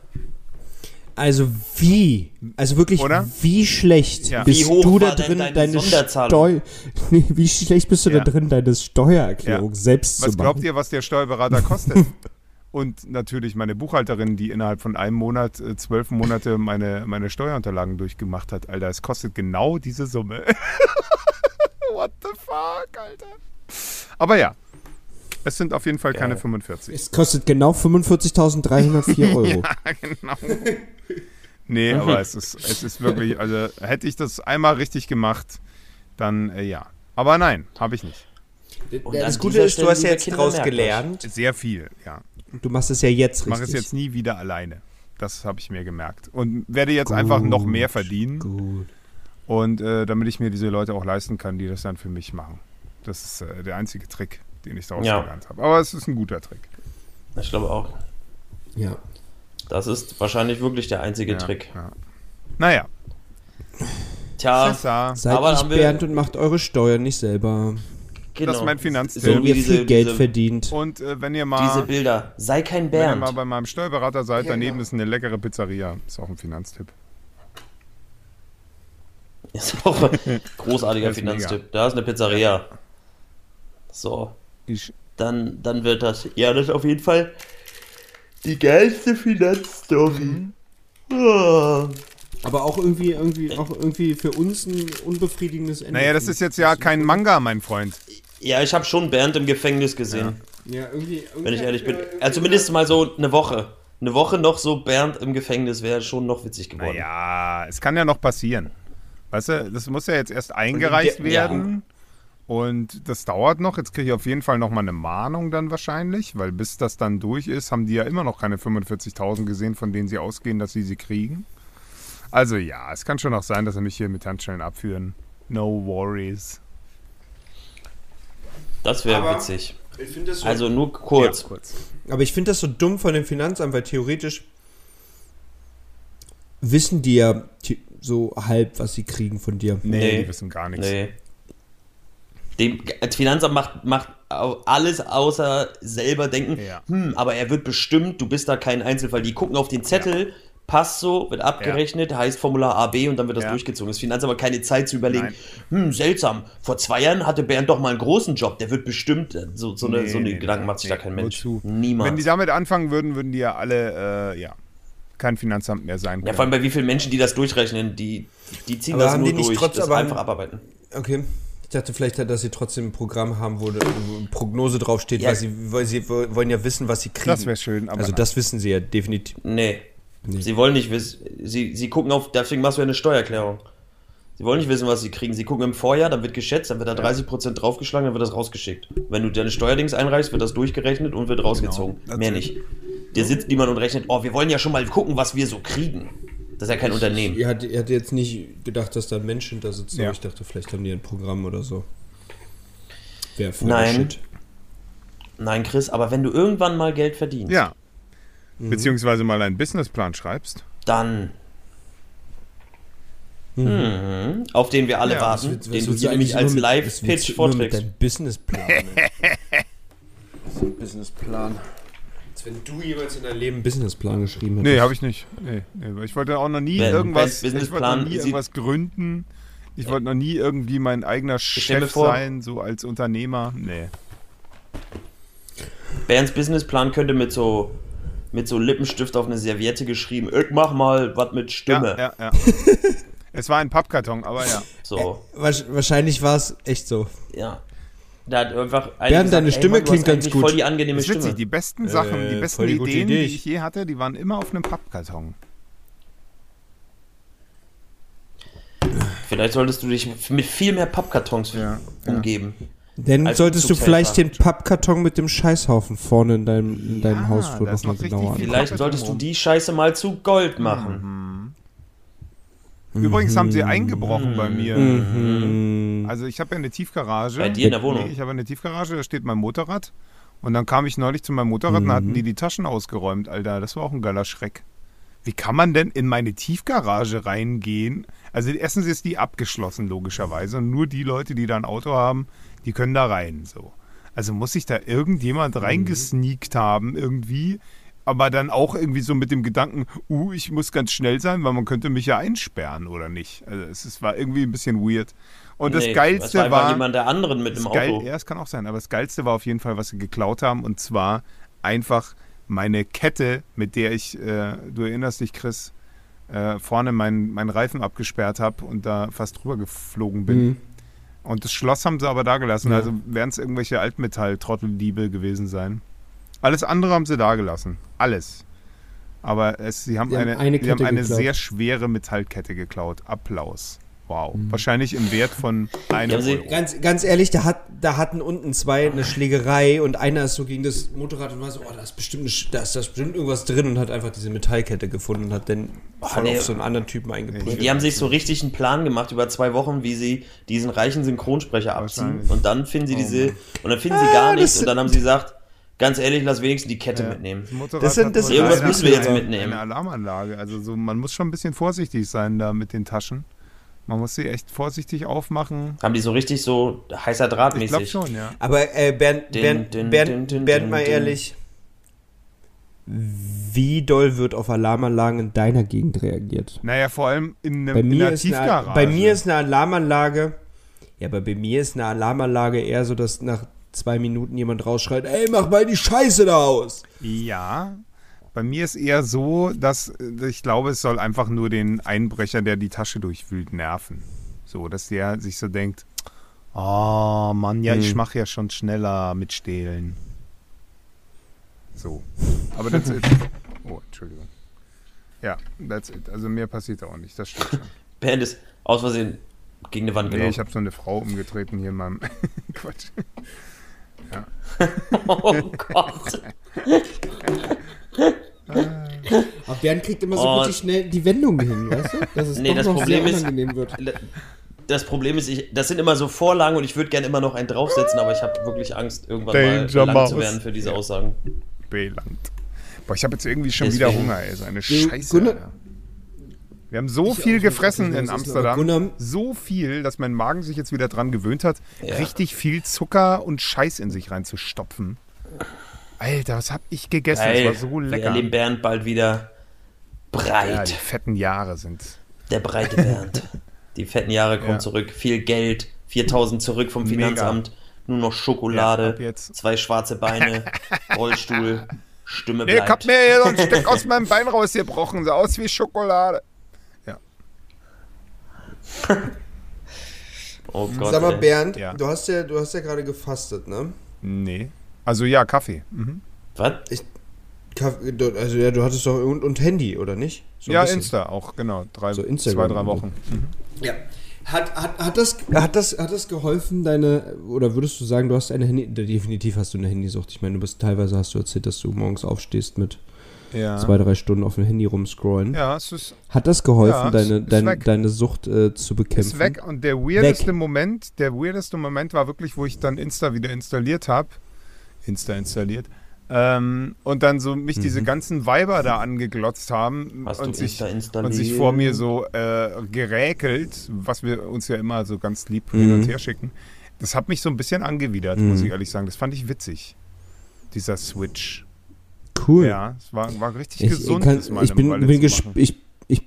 Also wie? Also wirklich, Oder? wie schlecht Ja. bist Wie hoch du da war denn drin, deine deine Sonderzahlung? Steuer... Nee, wie schlecht bist du Ja. da drin, deine Steuererklärung Ja. selbst Was zu glaubt machen? ihr, was der Steuerberater kostet? Und natürlich meine Buchhalterin, die innerhalb von einem Monat, äh, zwölf Monate meine, meine Steuerunterlagen durchgemacht hat. Alter, es kostet genau diese Summe. What the fuck, Alter? Aber ja, es sind auf jeden Fall keine 45. Es kostet genau 45.304 Euro. genau. Nee, aber es ist, es ist wirklich, also hätte ich das einmal richtig gemacht, dann äh, ja. Aber nein, habe ich nicht. Und Das an Gute dieser ist, du Stelle, hast ja liebe jetzt Kinder, draus merkt euch. gelernt. Sehr viel, ja. Du machst es ja jetzt Ich richtig. mache es jetzt nie wieder alleine. Das habe ich mir gemerkt. Und werde jetzt einfach noch mehr verdienen. Gut. Und äh, damit ich mir diese Leute auch leisten kann, die das dann für mich machen. Das ist äh, der einzige Trick, den ich daraus Ja. gelernt habe. Aber es ist ein guter Trick. Ich glaube auch. Ja. Das ist wahrscheinlich wirklich der einzige Ja, Trick. Ja. Naja, Tja, Tessa, Seid Aber nicht haben wir- Bernd und macht eure Steuern nicht selber. genau. das ist mein Finanztipp. So Wenn wie ihr diese, viel Geld diese, verdient. und äh, wenn ihr Diese mal, Bilder. Sei kein wenn ihr Bernd. mal bei meinem Steuerberater seid, Ja, daneben genau. ist eine leckere Pizzeria. Ist auch ein Finanztipp. Ist auch ein großartiger Das ist Finanztipp. Da ist eine Pizzeria. So, Ich, dann, dann wird das. Ja, das ist auf jeden Fall die geilste Finanzstory. Ah. Aber auch irgendwie, irgendwie, auch irgendwie für uns ein unbefriedigendes Ende. naja, das ist jetzt ja kein Manga, mein Freund. Ja, ich habe schon Bernd im Gefängnis gesehen, Ja, irgendwie, irgendwie äh, wenn ich ehrlich bin. Ja, zumindest mal so eine Woche. Eine Woche noch so Bernd im Gefängnis wäre schon noch witzig geworden. Naja, es kann ja noch passieren. Weißt du, das muss ja jetzt erst eingereicht Und der- ja. werden. Und das dauert noch. Jetzt kriege ich auf jeden Fall noch mal eine Mahnung dann wahrscheinlich, weil bis das dann durch ist, haben die ja immer noch keine 45.000 gesehen, von denen sie ausgehen, dass sie sie kriegen. Also ja, es kann schon auch sein, dass sie mich hier mit Handschellen abführen. No worries. Das wäre Aber- witzig. Ich finde das so Also nur kurz. Ja, kurz. Aber ich finde das so dumm von dem Finanzamt, weil theoretisch wissen die ja the- so halb, was sie kriegen von dir. Nee, Nee. die wissen gar nichts. Nee. Dem, das Finanzamt macht, macht au- alles außer selber denken, Ja. hm, aber er wird bestimmt, du bist da kein Einzelfall. Die gucken auf den Zettel, passt so, wird abgerechnet, heißt Formular AB und dann wird das Ja. durchgezogen. Das Finanzamt hat keine Zeit zu überlegen, hm, seltsam, vor zwei Jahren hatte Bernd doch mal einen großen Job, der wird bestimmt, äh, so, so eine, Nee, so eine nee, Gedanken nee, macht sich nee, da kein Mensch. wozu? Wenn die Niemand. damit anfangen würden, würden die ja alle, äh, ja, kein Finanzamt mehr sein. Ja, vor können. allem bei wie vielen Menschen, die das durchrechnen, die, die ziehen Genau. Aber das haben nur die nicht durch, trotz- das aber- einfach abarbeiten. Okay. Ich dachte vielleicht, dass sie trotzdem ein Programm haben, wo eine Prognose draufsteht, Ja. weil, sie, weil sie wo- wollen ja wissen, was sie kriegen. Das wäre schön, aber Also nein. das wissen sie ja definitiv. Nee. Sie wollen nicht wissen. Sie, sie gucken auf, deswegen machst du ja eine Steuererklärung. Sie wollen nicht wissen, was sie kriegen. Sie gucken im Vorjahr, dann wird geschätzt, dann wird da 30% draufgeschlagen, dann wird das rausgeschickt. Wenn du deine Steuerdings einreichst, wird das durchgerechnet und Genau, wird rausgezogen. That's Mehr it. nicht. Dir sitzt niemand und rechnet, oh, wir wollen ja schon mal gucken, was wir so kriegen. Das ist ja kein Unternehmen. Ihr hattet hat jetzt nicht gedacht, dass da ein Mensch hinter sitzt, Ja. aber ich dachte, vielleicht haben die ein Programm oder so. Wäre voll Nein. Shit. Nein, Chris, aber wenn du irgendwann mal Geld verdienst, Ja. Beziehungsweise mal einen Businessplan schreibst. dann. Mhm. Auf den wir alle Ja, Was warten, willst- was den du willst hier nämlich eigentlich immer als mit- was willst du Live-Pitch immer mit vorträgst. deinem Businessplan. ne? ey? So ein Businessplan. Als wenn du jemals in deinem Leben einen Businessplan geschrieben hättest. Nee, habe ich nicht. Nee, nee. weil Ich wollte auch noch nie Wenn- irgendwas, wenn ich wollte noch Businessplan- nie Sie- irgendwas gründen. Ich wollte noch nie irgendwie mein eigener stell mir Chef vor- sein, so als Unternehmer. Nee. Bernds Businessplan könnte mit so mit so Lippenstift auf eine Serviette geschrieben, ich mach mal was mit Stimme. Ja, ja, ja. es war ein Pappkarton, aber ja. So, Wahrsch- Wahrscheinlich war es echt so. ja. Da hat einfach einer Bernd, deine gesagt, Stimme ey, Mann, du hast klingt ganz eigentlich gut. voll die angenehme Das ist witzig, Stimme. die besten Sachen, Äh, die besten voll die gute Ideen, Idee. die ich je hatte, die waren immer auf einem Pappkarton. Vielleicht solltest du dich mit viel mehr Pappkartons Ja, umgeben. Dann Als solltest du Umzugshelfer. vielleicht den Pappkarton mit dem Scheißhaufen vorne in deinem, in deinem Ah, Ja, Haus da noch ist noch mal richtig genauer viel- an. Vielleicht Pappkarton solltest du rum. die Scheiße mal zu Gold machen. Übrigens haben sie eingebrochen bei mir. Mhm. Also ich habe ja eine Tiefgarage. Bei dir in der Wohnung? Nee, ich habe eine Tiefgarage, da steht mein Motorrad. Und dann kam ich neulich zu meinem Motorrad und hatten die die Taschen ausgeräumt, Alter. Das war auch ein geiler Schreck. Wie kann man denn in meine Tiefgarage reingehen? Also erstens ist die abgeschlossen, logischerweise. Und nur die Leute, die da ein Auto haben, die können da rein. So. Also muss sich da Mhm. irgendjemand reingesneakt haben, irgendwie. Aber dann auch irgendwie so mit dem Gedanken, uh, ich muss ganz schnell sein, weil man könnte mich ja einsperren oder nicht. Also es ist, war irgendwie ein bisschen weird. Und das Nee, Geilste das war, einfach war jemand der anderen mit dem das Auto. Geil, ja, es kann auch sein. Aber das Geilste war auf jeden Fall, was sie geklaut haben. Und zwar einfach meine Kette, mit der ich, äh, du erinnerst dich, Chris, äh, vorne meinen meinen Reifen abgesperrt habe und da fast drüber geflogen bin. Mhm. Und das Schloss haben sie aber da gelassen. Also wären es irgendwelche Altmetall-Trotteldiebe gewesen sein. Alles andere haben sie da gelassen. Alles. Aber es, sie haben Sie haben eine, eine sie haben Kette eine geklaut. sehr schwere Metallkette geklaut. Applaus. Wow. Mhm. Wahrscheinlich im Wert von einem haben sie- Euro. Ganz, ganz ehrlich, da, hat, da hatten unten zwei eine Schlägerei und einer ist so gegen das Motorrad und war so, oh, da ist bestimmt, eine Sch- da ist, da ist bestimmt irgendwas drin und hat einfach diese Metallkette gefunden und hat dann voll Ah, nee. auf so einen anderen Typen eingeprügelt. Die haben sich so richtig einen Plan gemacht über zwei Wochen, wie sie diesen reichen Synchronsprecher abziehen. Wahrscheinlich. Oh Ah, Und dann finden sie diese, und dann finden sie gar nichts. Und dann haben sie gesagt, ganz ehrlich, lass wenigstens die Kette mitnehmen. Motorrad Das sind- hat das- wohl Irgendwas leider müssen wir jetzt eine- mitnehmen. Eine Alarmanlage. Also so, man muss schon ein bisschen vorsichtig sein da mit den Taschen. Man muss sie echt vorsichtig aufmachen. Haben die so richtig so heißer Ich glaube Drahtmäßig. schon, ja. Aber äh, Bernd, Din, Bernd, din, Bernd, din, din, Bernd din, mal din. ehrlich, wie doll wird auf Alarmanlagen in deiner Gegend reagiert? Naja, vor allem in, einem, Bei in mir, einer ist eine, Tiefgarage. bei mir ist eine Alarmanlage, ja, aber bei mir ist eine Alarmanlage eher so, dass nach zwei Minuten jemand rausschreit, ey, mach mal die Scheiße da aus. Ja. Bei mir ist eher so, dass äh, ich glaube, es soll einfach nur den Einbrecher, der die Tasche durchwühlt, nerven. So, dass der sich so denkt, oh Mann, ja, ich mache ja schon schneller mit Stehlen. So. Aber that's it. Oh, Entschuldigung. Ja, that's it. Also mehr passiert da auch nicht, das stimmt schon. Band ist aus Versehen gegen eine Wand Nee, ich gelaufen. habe so eine Frau umgetreten hier in meinem... Quatsch. oh Gott. Aber Bernd kriegt immer so Oh. richtig schnell die Wendung hin, weißt du? Dass es Nee, doch das noch Problem sehr ist- unangenehm wird. Das Problem ist, ich, das sind immer so Vorlagen und ich würde gerne immer noch einen draufsetzen, aber ich habe wirklich Angst, irgendwann Danger mal lang zu Mouse. werden für diese Aussagen. Beland. Boah, ich habe jetzt irgendwie schon Deswegen. wieder Hunger, ey. So eine Du, Scheiße. Äh, Gunnar- Alter. Wir haben so viel ich gefressen weiß in nicht, aber Amsterdam. Gunnar- so viel, dass mein Magen sich jetzt wieder dran gewöhnt hat, Ja. richtig viel Zucker und Scheiß in sich reinzustopfen. Alter, was hab ich gegessen? Geil. Das war so Wir lecker. erleben Bernd bald wieder Ja, breit. die fetten Jahre sind. Der breite Bernd. Die fetten Jahre kommen Ja. zurück. Viel Geld. 4000 zurück vom Mega. Finanzamt. Nur Ja, noch Schokolade. ab jetzt. Zwei schwarze Beine. Rollstuhl. Stimme Nee, ich hab bleibt. mir hier so ein Stück aus meinem Bein rausgebrochen. Sah aus wie Schokolade. Oh Hm, Gott. Sag mal, ey. Bernd, Ja. du hast ja, du hast ja gerade gefastet, ne? Nee. Also ja, Kaffee. Mhm. Was? Kaff- du- Also ja, du hattest doch und, und Handy, oder nicht? So ein Ja, bisschen. Insta auch, genau. Drei, So zwei, Instagram drei und so. Wochen. Ja. Hat, hat, hat, das, hat, das, hat das geholfen, deine, oder würdest du sagen, du hast eine Handy, definitiv hast du eine Handysucht. Ich meine, du bist teilweise, hast du erzählt, dass du morgens aufstehst mit Ja. zwei, drei Stunden auf dem Handy rumscrollen. ja, es ist Hat das geholfen, Ja, ist- deine, ist dein, weg. deine Sucht äh, zu bekämpfen? ist weg und der weirdeste Moment, der weirdeste Moment war wirklich, wo ich dann Insta wieder installiert habe. Insta installiert. Ähm, und dann so mich Mhm. diese ganzen Weiber da angeglotzt haben Hast und du sich, Insta installiert? und sich vor mir so äh, geräkelt, was wir uns ja immer so ganz lieb hin Mhm. und her schicken. Das hat mich so ein bisschen angewidert, muss ich ehrlich sagen. Das fand ich witzig. Dieser Switch. Cool. Ja, es war, war richtig ich, ich, gesund, kann, das mal ich eine bin, Weile bin, zu gesp machen. ich, ich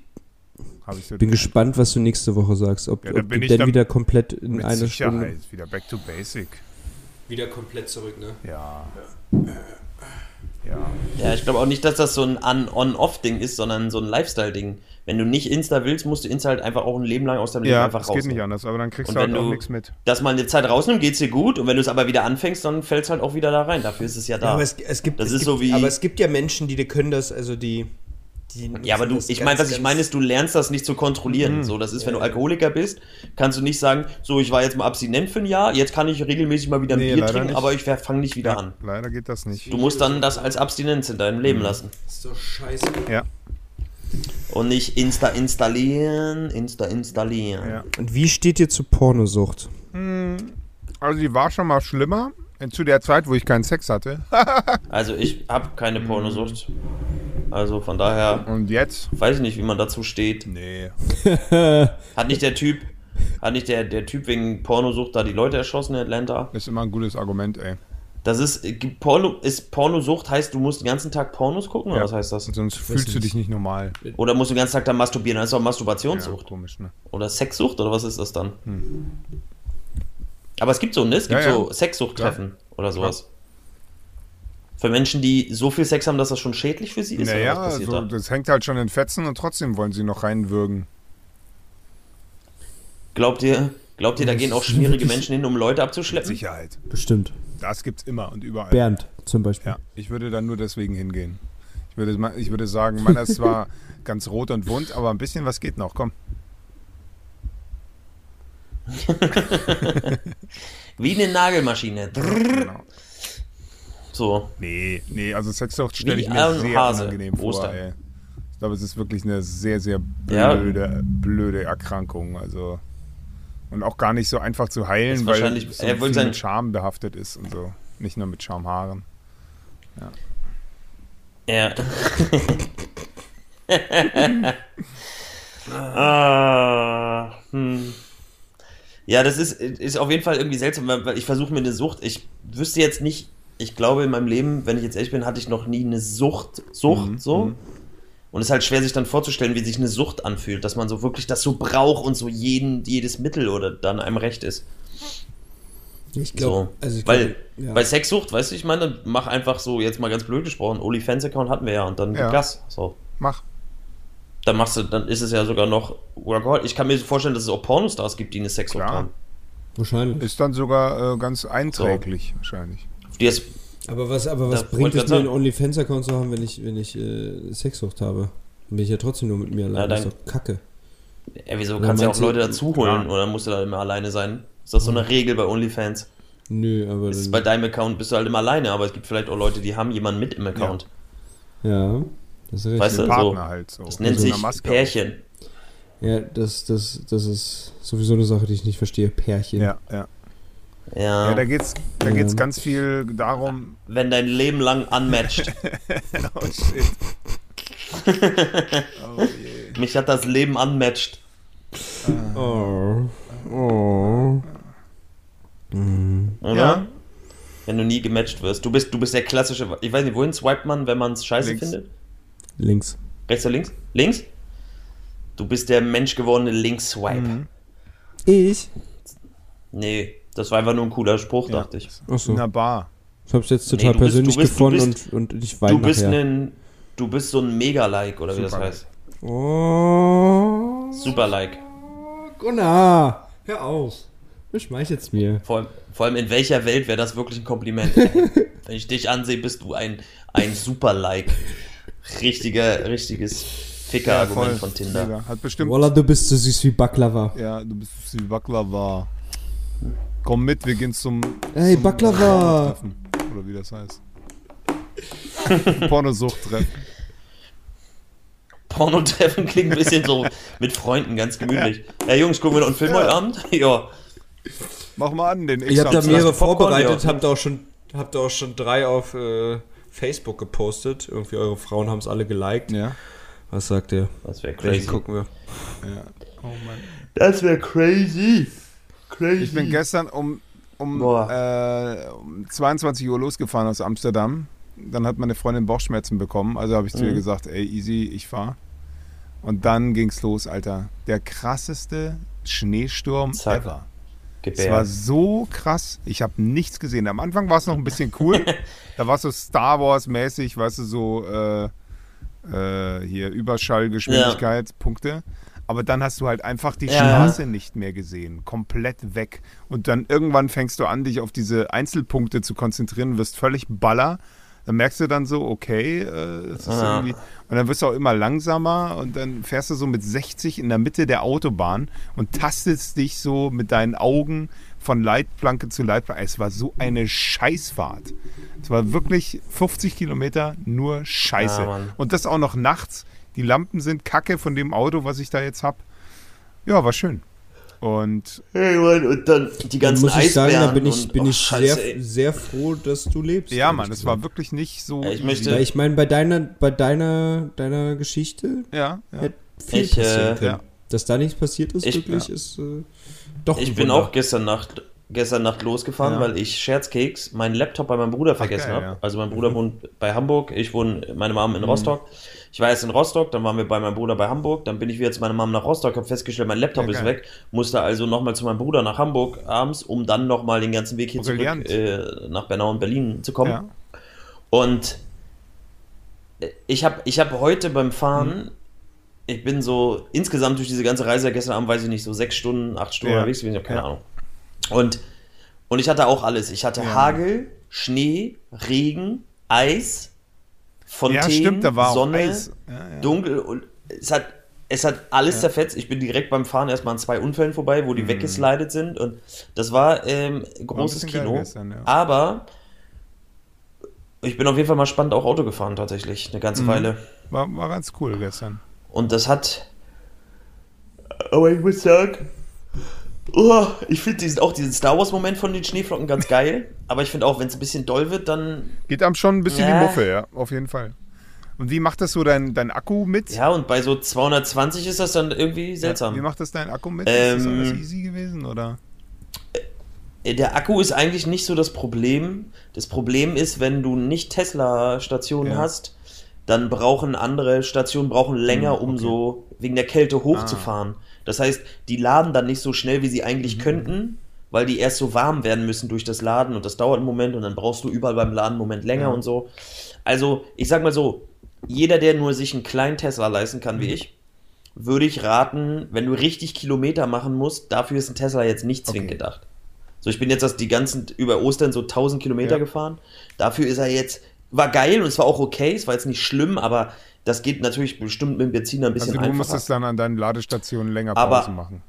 Hab ich so bin gespannt, was du nächste Woche sagst. Ob, Ja, da ob du bin ich denn dann wieder komplett in mit einer Sicherheit Stunde. wieder back to basic. Wieder komplett zurück, ne? Ja. Ja. Ja, ich glaube auch nicht, dass das so ein An- On-Off-Ding ist, sondern so ein Lifestyle-Ding. Wenn du nicht Insta willst, musst du Insta halt einfach auch ein Leben lang aus deinem Leben Ja, einfach das raus. geht nicht anders, aber dann kriegst Und du halt wenn auch du- nichts mit. Dass mal eine Zeit rausnimmt, geht's dir gut. Und wenn du es aber wieder anfängst, dann fällt's halt auch wieder da rein. Dafür ist es ja da. Ja, aber es, es gibt, Das es ist gibt, so wie- Aber es gibt ja Menschen, die, die können das, also die. die Ja, aber du, das ich ganz, meine, was ich ganz- meine ist, du lernst das nicht zu Mhm. kontrollieren. So, das ist, wenn du Alkoholiker bist, kannst du nicht sagen, so, ich war jetzt mal abstinent für ein Jahr, jetzt kann ich regelmäßig mal wieder ein Nee, Bier leider trinken, nicht. aber ich fange nicht wieder an. Leider geht das nicht. Mhm. Du musst dann das als Abstinenz in deinem Leben lassen. Ist doch scheiße. Ja. Und nicht Insta installieren, Insta installieren. Ja. Und wie steht ihr zu Pornosucht? Also die war schon mal schlimmer. äh, Zu der Zeit, wo ich keinen Sex hatte. Also ich habe keine Mhm. Pornosucht. Also von daher Und jetzt? weiß ich nicht, wie man dazu steht. Nee. Hat nicht der Typ, hat nicht der, der Typ wegen Pornosucht da die Leute erschossen in Atlanta? Ist immer ein gutes Argument, ey. Das ist äh, Porno ist Pornosucht heißt, du musst den ganzen Tag Pornos gucken oder Ja. was heißt das? Sonst fühlst du dich nicht normal. Oder musst du den ganzen Tag dann masturbieren? Das ist doch Ja, Masturbationssucht komisch, ne? oder Sexsucht oder was ist das dann? Aber es gibt so, ne? Es gibt Ja, ja. so Sexsuchttreffen oder sowas. Für Menschen, die so viel Sex haben, dass das schon schädlich für sie ist. oder Naja, was passiert so, da? das hängt halt schon in Fetzen und trotzdem wollen sie noch reinwürgen. Glaubt ihr, glaubt ihr, da Das gehen auch ist schmierige wirklich- Menschen hin, um Leute abzuschleppen? Sicherheit. Bestimmt. Das gibt's immer und überall. Bernd zum Beispiel. Ja, ich würde dann nur deswegen hingehen. Ich würde, ma- ich würde sagen, meiner ist zwar ganz rot und wund, aber ein bisschen was geht noch. Komm. Wie eine Nagelmaschine. Genau. So. Nee, nee, also Sexsucht stelle Wie ich mir Aaron sehr also Hase, unangenehm vor. Ostern. Ey. Ich glaube, es ist wirklich eine sehr, sehr Ja. blöde, blöde Erkrankung. Also und auch gar nicht so einfach zu heilen, Ist weil wahrscheinlich- so er viel wollte sein- mit Scham behaftet ist und so. Nicht nur mit Schamhaaren. Ja. ah, hm. Ja, das ist, ist auf jeden Fall irgendwie seltsam, weil weil ich versuche mir eine Sucht. Ich wüsste jetzt nicht, ich glaube in meinem Leben, wenn ich jetzt ehrlich bin, hatte ich noch nie eine Sucht, Sucht Mhm, so. mhm. Und es ist halt schwer, sich dann vorzustellen, wie sich eine Sucht anfühlt, dass man so wirklich das so braucht und so jeden, jedes Mittel oder dann einem recht ist. Ich So. glaube, also ich weil glaub, ja. bei Sexsucht, weißt du, ich meine, dann mach einfach so, jetzt mal ganz blöd gesprochen, OnlyFans-Account hatten wir ja und dann Ja. gib Gas. So. Mach. Dann machst du, dann ist es ja sogar noch Workaholic. Ich kann mir vorstellen, dass es auch Pornostars gibt, die eine Sexsucht Klar. haben. wahrscheinlich. Ist dann sogar äh, ganz einträglich wahrscheinlich. Die ist, Aber was, aber was Da bringt wollte es ich mir, grad einen OnlyFans-Account zu haben, wenn ich, wenn ich äh, Sexsucht habe? Dann bin ich ja trotzdem nur mit mir allein. Ja, das ist dann- doch kacke. ey, wieso Ja, kannst du ja auch meinst du- Leute dazu holen Klar. oder musst du da immer alleine sein? Ist das so eine Regel bei OnlyFans? Nö, aber Ist, bei dann, deinem Account bist du halt immer alleine, aber es gibt vielleicht auch Leute, die haben jemanden mit im Account. ja, das ist richtig. Weißt du? Partner so. halt so. Das nennt Mit so einer sich Maske. Pärchen. Ja, das, das, das ist sowieso eine Sache, die ich nicht verstehe. Pärchen. Ja, ja. Ja, ja da geht's, da Ja. Mhm. geht's ganz viel darum. wenn dein Leben lang unmatched. Oh shit. Oh je. Mich hat das Leben unmatched. Oh. Oh. Oder? Ja. Wenn du nie gematcht wirst. Du bist, du bist der klassische. Ich weiß nicht, wohin swipet man, wenn man es scheiße Links. findet? Links. Rechts oder links? Links? Du bist der menschgewordene Links-Swipe. Mhm. Ich? Nee, das war einfach nur ein cooler Spruch, Ja. dachte ich. Achso. In der Bar. Ich hab's jetzt Nee, total du bist- persönlich du bist- du gefunden bist- und, und ich weine Du bist, nachher. ein, du bist so ein Mega-Like, oder wie das Super-Like. heißt. Oh. Super-Like. Gunnar, hör auf. Du schmeichelst mir. Vor, allem- vor allem in welcher Welt wäre das wirklich ein Kompliment? Wenn ich dich ansehe, bist du ein, ein Super-Like. Richtiger, richtiges Ficker-Argument von Tinder. Mega. Hat bestimmt. Walla, du bist so süß wie Baklava. Ja, du bist die Baklava. Komm mit, wir gehen zum. Hey, zum Baklava. Pornotreffen. Oder wie das heißt. Pornosuchttreffen. Pornotreffen klingt ein bisschen so mit Freunden, ganz gemütlich. Ey Jungs, gucken wir noch einen Film heute Abend? ja. Mach mal an den Ich habe da X-Hamster. mehrere Also Popcorn, vorbereitet, ja. hab da auch schon, hab da auch schon drei auf äh, Facebook gepostet. Irgendwie eure Frauen haben es alle geliked. Ja. Was sagt ihr? Das wäre Welchen crazy. gucken wir? ja. Oh Mann. Das wäre crazy. Crazy. Ich bin gestern um, um, Boah. äh, um 22 Uhr losgefahren aus Amsterdam. Dann hat meine Freundin Bauchschmerzen bekommen. Also habe ich zu Mhm. ihr gesagt, ey, easy, ich fahr. Und dann ging's los, Alter. Der krasseste Schneesturm Zack. ever. Es war Gebär. so krass. Ich habe nichts gesehen. Am Anfang war es noch ein bisschen cool. da war es so Star Wars-mäßig, weißt du, so äh, äh, hier Überschallgeschwindigkeit, Punkte. Aber dann hast du halt einfach die Ja. Straße nicht mehr gesehen. Komplett weg. Und dann irgendwann fängst du an, dich auf diese Einzelpunkte zu konzentrieren, wirst völlig baller. Dann merkst du dann so, okay, äh, es ist Ja. irgendwie. Und dann wirst du auch immer langsamer und dann fährst du so mit 60 in der Mitte der Autobahn und tastest dich so mit deinen Augen von Leitplanke zu Leitplanke. Es war so eine Scheißfahrt. Es war wirklich 50 Kilometer nur Scheiße. Ja, Mann. und das auch noch nachts. Die Lampen sind kacke von dem Auto, was ich da jetzt habe. Ja, war schön. Und Hey, Mann, und dann die ganzen muss ich sagen, Eisbären. da bin ich, und, bin oh, ich Scheiße, sehr, ey. sehr froh, dass du lebst. ja, ehrlich Mann, es gesagt. war wirklich nicht so. Ja, ich möchte- Weil ich meine, bei deiner, bei deiner, deiner Geschichte Ja, ja. hätte viel Ich, äh, passieren können. ja. Dass da nichts passiert ist, Ich- wirklich, ist äh, doch Ich ein bin Wunder. auch gestern Nacht, gestern Nacht losgefahren, Ja. weil ich Scherzkeks meinen Laptop bei meinem Bruder vergessen geil, habe. ja. Mhm. Also mein Bruder wohnt bei Hamburg, ich wohne meine Mom in Rostock. Ich war erst in Rostock, dann waren wir bei meinem Bruder bei Hamburg, dann bin ich wieder zu meiner Mom nach Rostock, habe festgestellt, mein Laptop Ja, ist geil. weg, musste also nochmal zu meinem Bruder nach Hamburg abends, um dann nochmal den ganzen Weg hier Brillant. zurück äh, nach Bernau und Berlin zu kommen. ja. Und ich habe ich hab heute beim Fahren, Mhm. ich bin so insgesamt durch diese ganze Reise, gestern Abend weiß ich nicht, so sechs Stunden, acht Stunden Ja. unterwegs gewesen, ich habe keine Ja. Ahnung. Und, und ich hatte auch alles. Ich hatte Hagel, Schnee, Regen, Eis, Fontänen, ja, stimmt, da war Sonne, auch Eis. Ja, ja. dunkel und es hat, es hat alles zerfetzt. Ich bin direkt beim Fahren erstmal an zwei Unfällen vorbei, wo die Mhm. weggeslidet sind und das war ähm, großes bisschen geil Kino. gestern, ja. Aber ich bin auf jeden Fall mal spannend auch Auto gefahren tatsächlich, eine Mhm. ganze Weile. War, war ganz cool gestern. Und das hat. Aber ich muss sagen. Oh, ich finde diesen, auch diesen Star Wars-Moment von den Schneeflocken ganz geil. Aber ich finde auch, wenn es ein bisschen doll wird, dann Geht einem schon ein bisschen Ja. die Muffe, ja, auf jeden Fall. Und wie macht das so dein, dein Akku mit? Ja, und bei so 220 ist das dann irgendwie Wie seltsam. macht das dein Akku mit? Ähm, Ist das alles easy gewesen oder? Der Akku ist eigentlich nicht so das Problem. Das Problem ist, wenn du nicht Tesla-Stationen Ja. hast, dann brauchen andere Stationen brauchen länger, Hm, um so wegen der Kälte hochzufahren. Ah. Das heißt, die laden dann nicht so schnell, wie sie Hm. eigentlich könnten, weil die erst so warm werden müssen durch das Laden und das dauert einen Moment und dann brauchst du überall beim Laden einen Moment länger Ja. und so. Also, ich sag mal so, jeder, der nur sich einen kleinen Tesla leisten kann, Mhm. wie ich, würde ich raten, wenn du richtig Kilometer machen musst, dafür ist ein Tesla jetzt nicht zwingend Okay. gedacht. So, ich bin jetzt das, die ganzen, über Ostern so 1000 Kilometer Ja. gefahren. Dafür ist er jetzt, war geil und es war auch okay, es war jetzt nicht schlimm, aber das geht natürlich bestimmt mit dem Benziner ein Also bisschen du einfacher. musstest dann an deinen Ladestationen länger Aber- Pausen machen.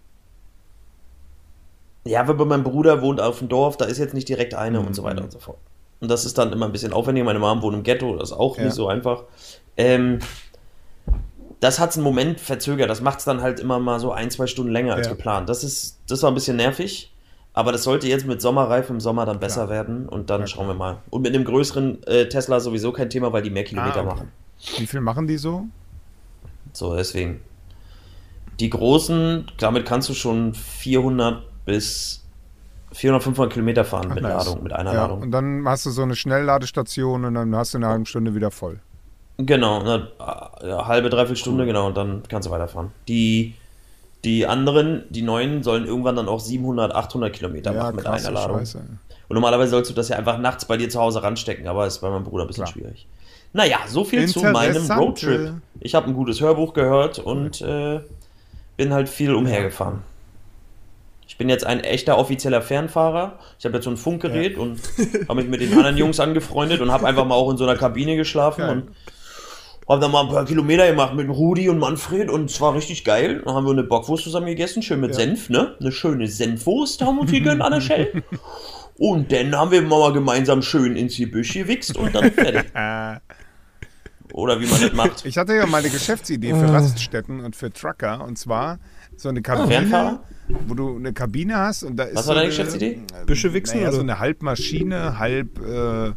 Ja, aber mein Bruder wohnt auf dem Dorf, da ist jetzt nicht direkt eine und so Mhm. weiter und so fort. Und das ist dann immer ein bisschen aufwendiger. Meine Mom wohnt im Ghetto, das ist auch Ja. nicht so einfach. Ähm, das hat es einen Moment verzögert. Das macht es dann halt immer mal so ein, zwei Stunden länger als Ja. geplant. Das, ist, das war ein bisschen nervig. Aber das sollte jetzt mit Sommerreifen im Sommer dann besser Klar. werden. Und dann Ja, schauen wir mal. Und mit einem größeren äh, Tesla sowieso kein Thema, weil die mehr Kilometer Ah, okay. machen. Wie viel machen die so? So, deswegen. Die großen, damit kannst du schon 400 bis 400, 500 Kilometer fahren Ach, mit nice. Ladung, mit einer ja, Ladung. Und dann hast du so eine Schnellladestation und dann hast du in einer halben Stunde wieder voll. Genau, eine ja, halbe, dreiviertel Stunde, genau, und dann kannst du weiterfahren. Die, die anderen, die neuen, sollen irgendwann dann auch 700, 800 Kilometer machen mit krasse einer Ladung. Scheiße. Und normalerweise sollst du das ja einfach nachts bei dir zu Hause ranstecken, aber ist bei meinem Bruder ein bisschen Klar. schwierig. Naja, so viel zu meinem Interessante. Roadtrip. Ich habe ein gutes Hörbuch gehört und äh, bin halt viel umhergefahren. Ich bin jetzt ein echter offizieller Fernfahrer. Ich habe jetzt so ein Funkgerät und habe mich mit den anderen Jungs angefreundet und habe einfach mal auch in so einer Kabine geschlafen Geil. und haben dann mal ein paar Kilometer gemacht mit Rudi und Manfred und es war richtig geil. Dann haben wir eine Bockwurst zusammen gegessen, schön mit Senf, ne? Eine schöne Senfwurst haben wir uns gegönnt an der Shell. Und dann haben wir mal gemeinsam schön ins Gebüsch gewichst und dann fertig. Äh, Oder wie man das macht. ich hatte ja mal eine Geschäftsidee Oh. für Raststätten und für Trucker und zwar so eine Kabine, Fernfahrer? wo du eine Kabine hast und da ist Was so war deine eine- ähm, Geschäftsidee? Büsche wichsen Naja, so oder? eine Halbmaschine, halb, äh,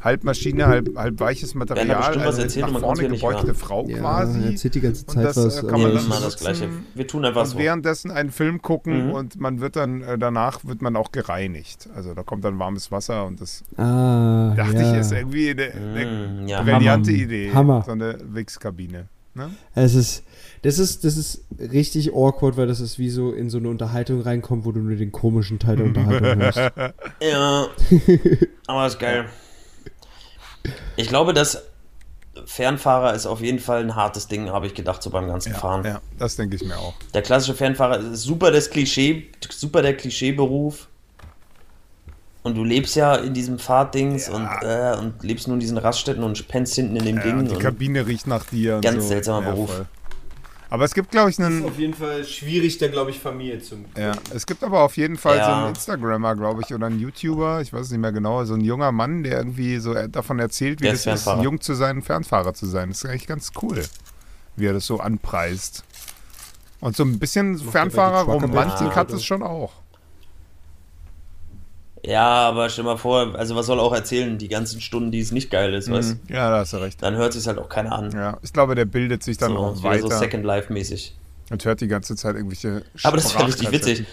halb Maschine, halb, halb weiches Material. Ja, da bestimmt was eine erzählt und nach man kann's vorne hier nicht gebeugte hören. Frau Ja, quasi. er erzählt die ganze Zeit und das, äh, was, Kann aber- man Nee, dann das mal das sitzen Gleiche. Wir tun einfach Und so. Mhm. währenddessen einen Film gucken und man wird dann, äh, danach wird man auch gereinigt. Also da kommt dann warmes Wasser und das Ah, dachte ja. ich ist irgendwie eine, eine Mm, ja, brillante Hammer. Idee. Hammer. So eine Wichskabine. Ne? Es ist, das ist, das ist richtig awkward, weil das ist wie so in so eine Unterhaltung reinkommt, wo du nur den komischen Teil der Unterhaltung hörst. Ja. Aber ist geil. Ich glaube, dass Fernfahrer ist auf jeden Fall ein hartes Ding, habe ich gedacht, so beim ganzen Fahren. Ja, das denke ich mir auch. Der klassische Fernfahrer ist super das Klischee, super der Klischeeberuf. Und du lebst ja in diesem Fahrtdings und, äh, und lebst nur in diesen Raststätten und pennst hinten in dem Ja, Ding. und die und- Kabine riecht nach dir. und Ganz so. seltsamer ja, Beruf. voll. Aber es gibt, glaube ich, einen jeden Fall schwierig, da glaube ich Familie zu. Ja, es gibt aber auf jeden Fall so Ja. einen Instagrammer, glaube ich, oder einen YouTuber, ich weiß es nicht mehr genau, so ein junger Mann, der irgendwie so er- davon erzählt, wie Der das ist ist, Fernfahrer. jung zu sein, Fernfahrer zu sein. Das ist eigentlich ganz cool. wie er das so anpreist. Und so ein bisschen er bei Fernfahrer-Romantik Trucker- hat es schon auch. Ja, aber stell mal vor, also was soll er auch erzählen, die ganzen Stunden, die es nicht geil ist, weißt Mhm. Ja, da hast du recht. Dann hört sich halt auch keiner an. Ja, ich glaube, der bildet sich dann so, auch wieder so weiter Second Life-mäßig. und hört die ganze Zeit irgendwelche Aber das wäre richtig Sprachkassetten. witzig.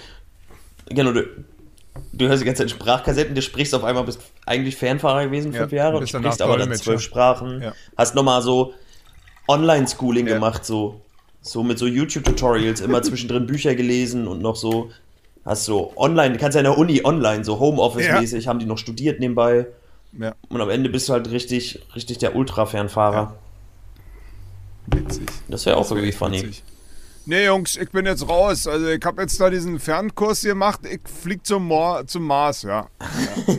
Genau, du, du hörst die ganze Zeit Sprachkassetten, du sprichst auf einmal, bist eigentlich Fernfahrer gewesen, Ja, fünf Jahre, und bist danach sprichst aber dann Dolmetscher. zwölf Sprachen. Ja. Hast nochmal so Online-Schooling Ja. gemacht, so. So mit so YouTube-Tutorials, immer zwischendrin Bücher gelesen und noch so. Hast so online, du kannst ja in der Uni online, so Homeoffice-mäßig, haben die noch studiert nebenbei. Ja, Und am Ende bist du halt richtig, richtig der Ultra-Fernfahrer. witzig. Das wäre auch irgendwie Echt funny. witzig. Nee, Jungs, ich bin jetzt raus. Also ich habe jetzt da diesen Fernkurs gemacht. Ich flieg zum, Moor, zum Mars, ja. ja.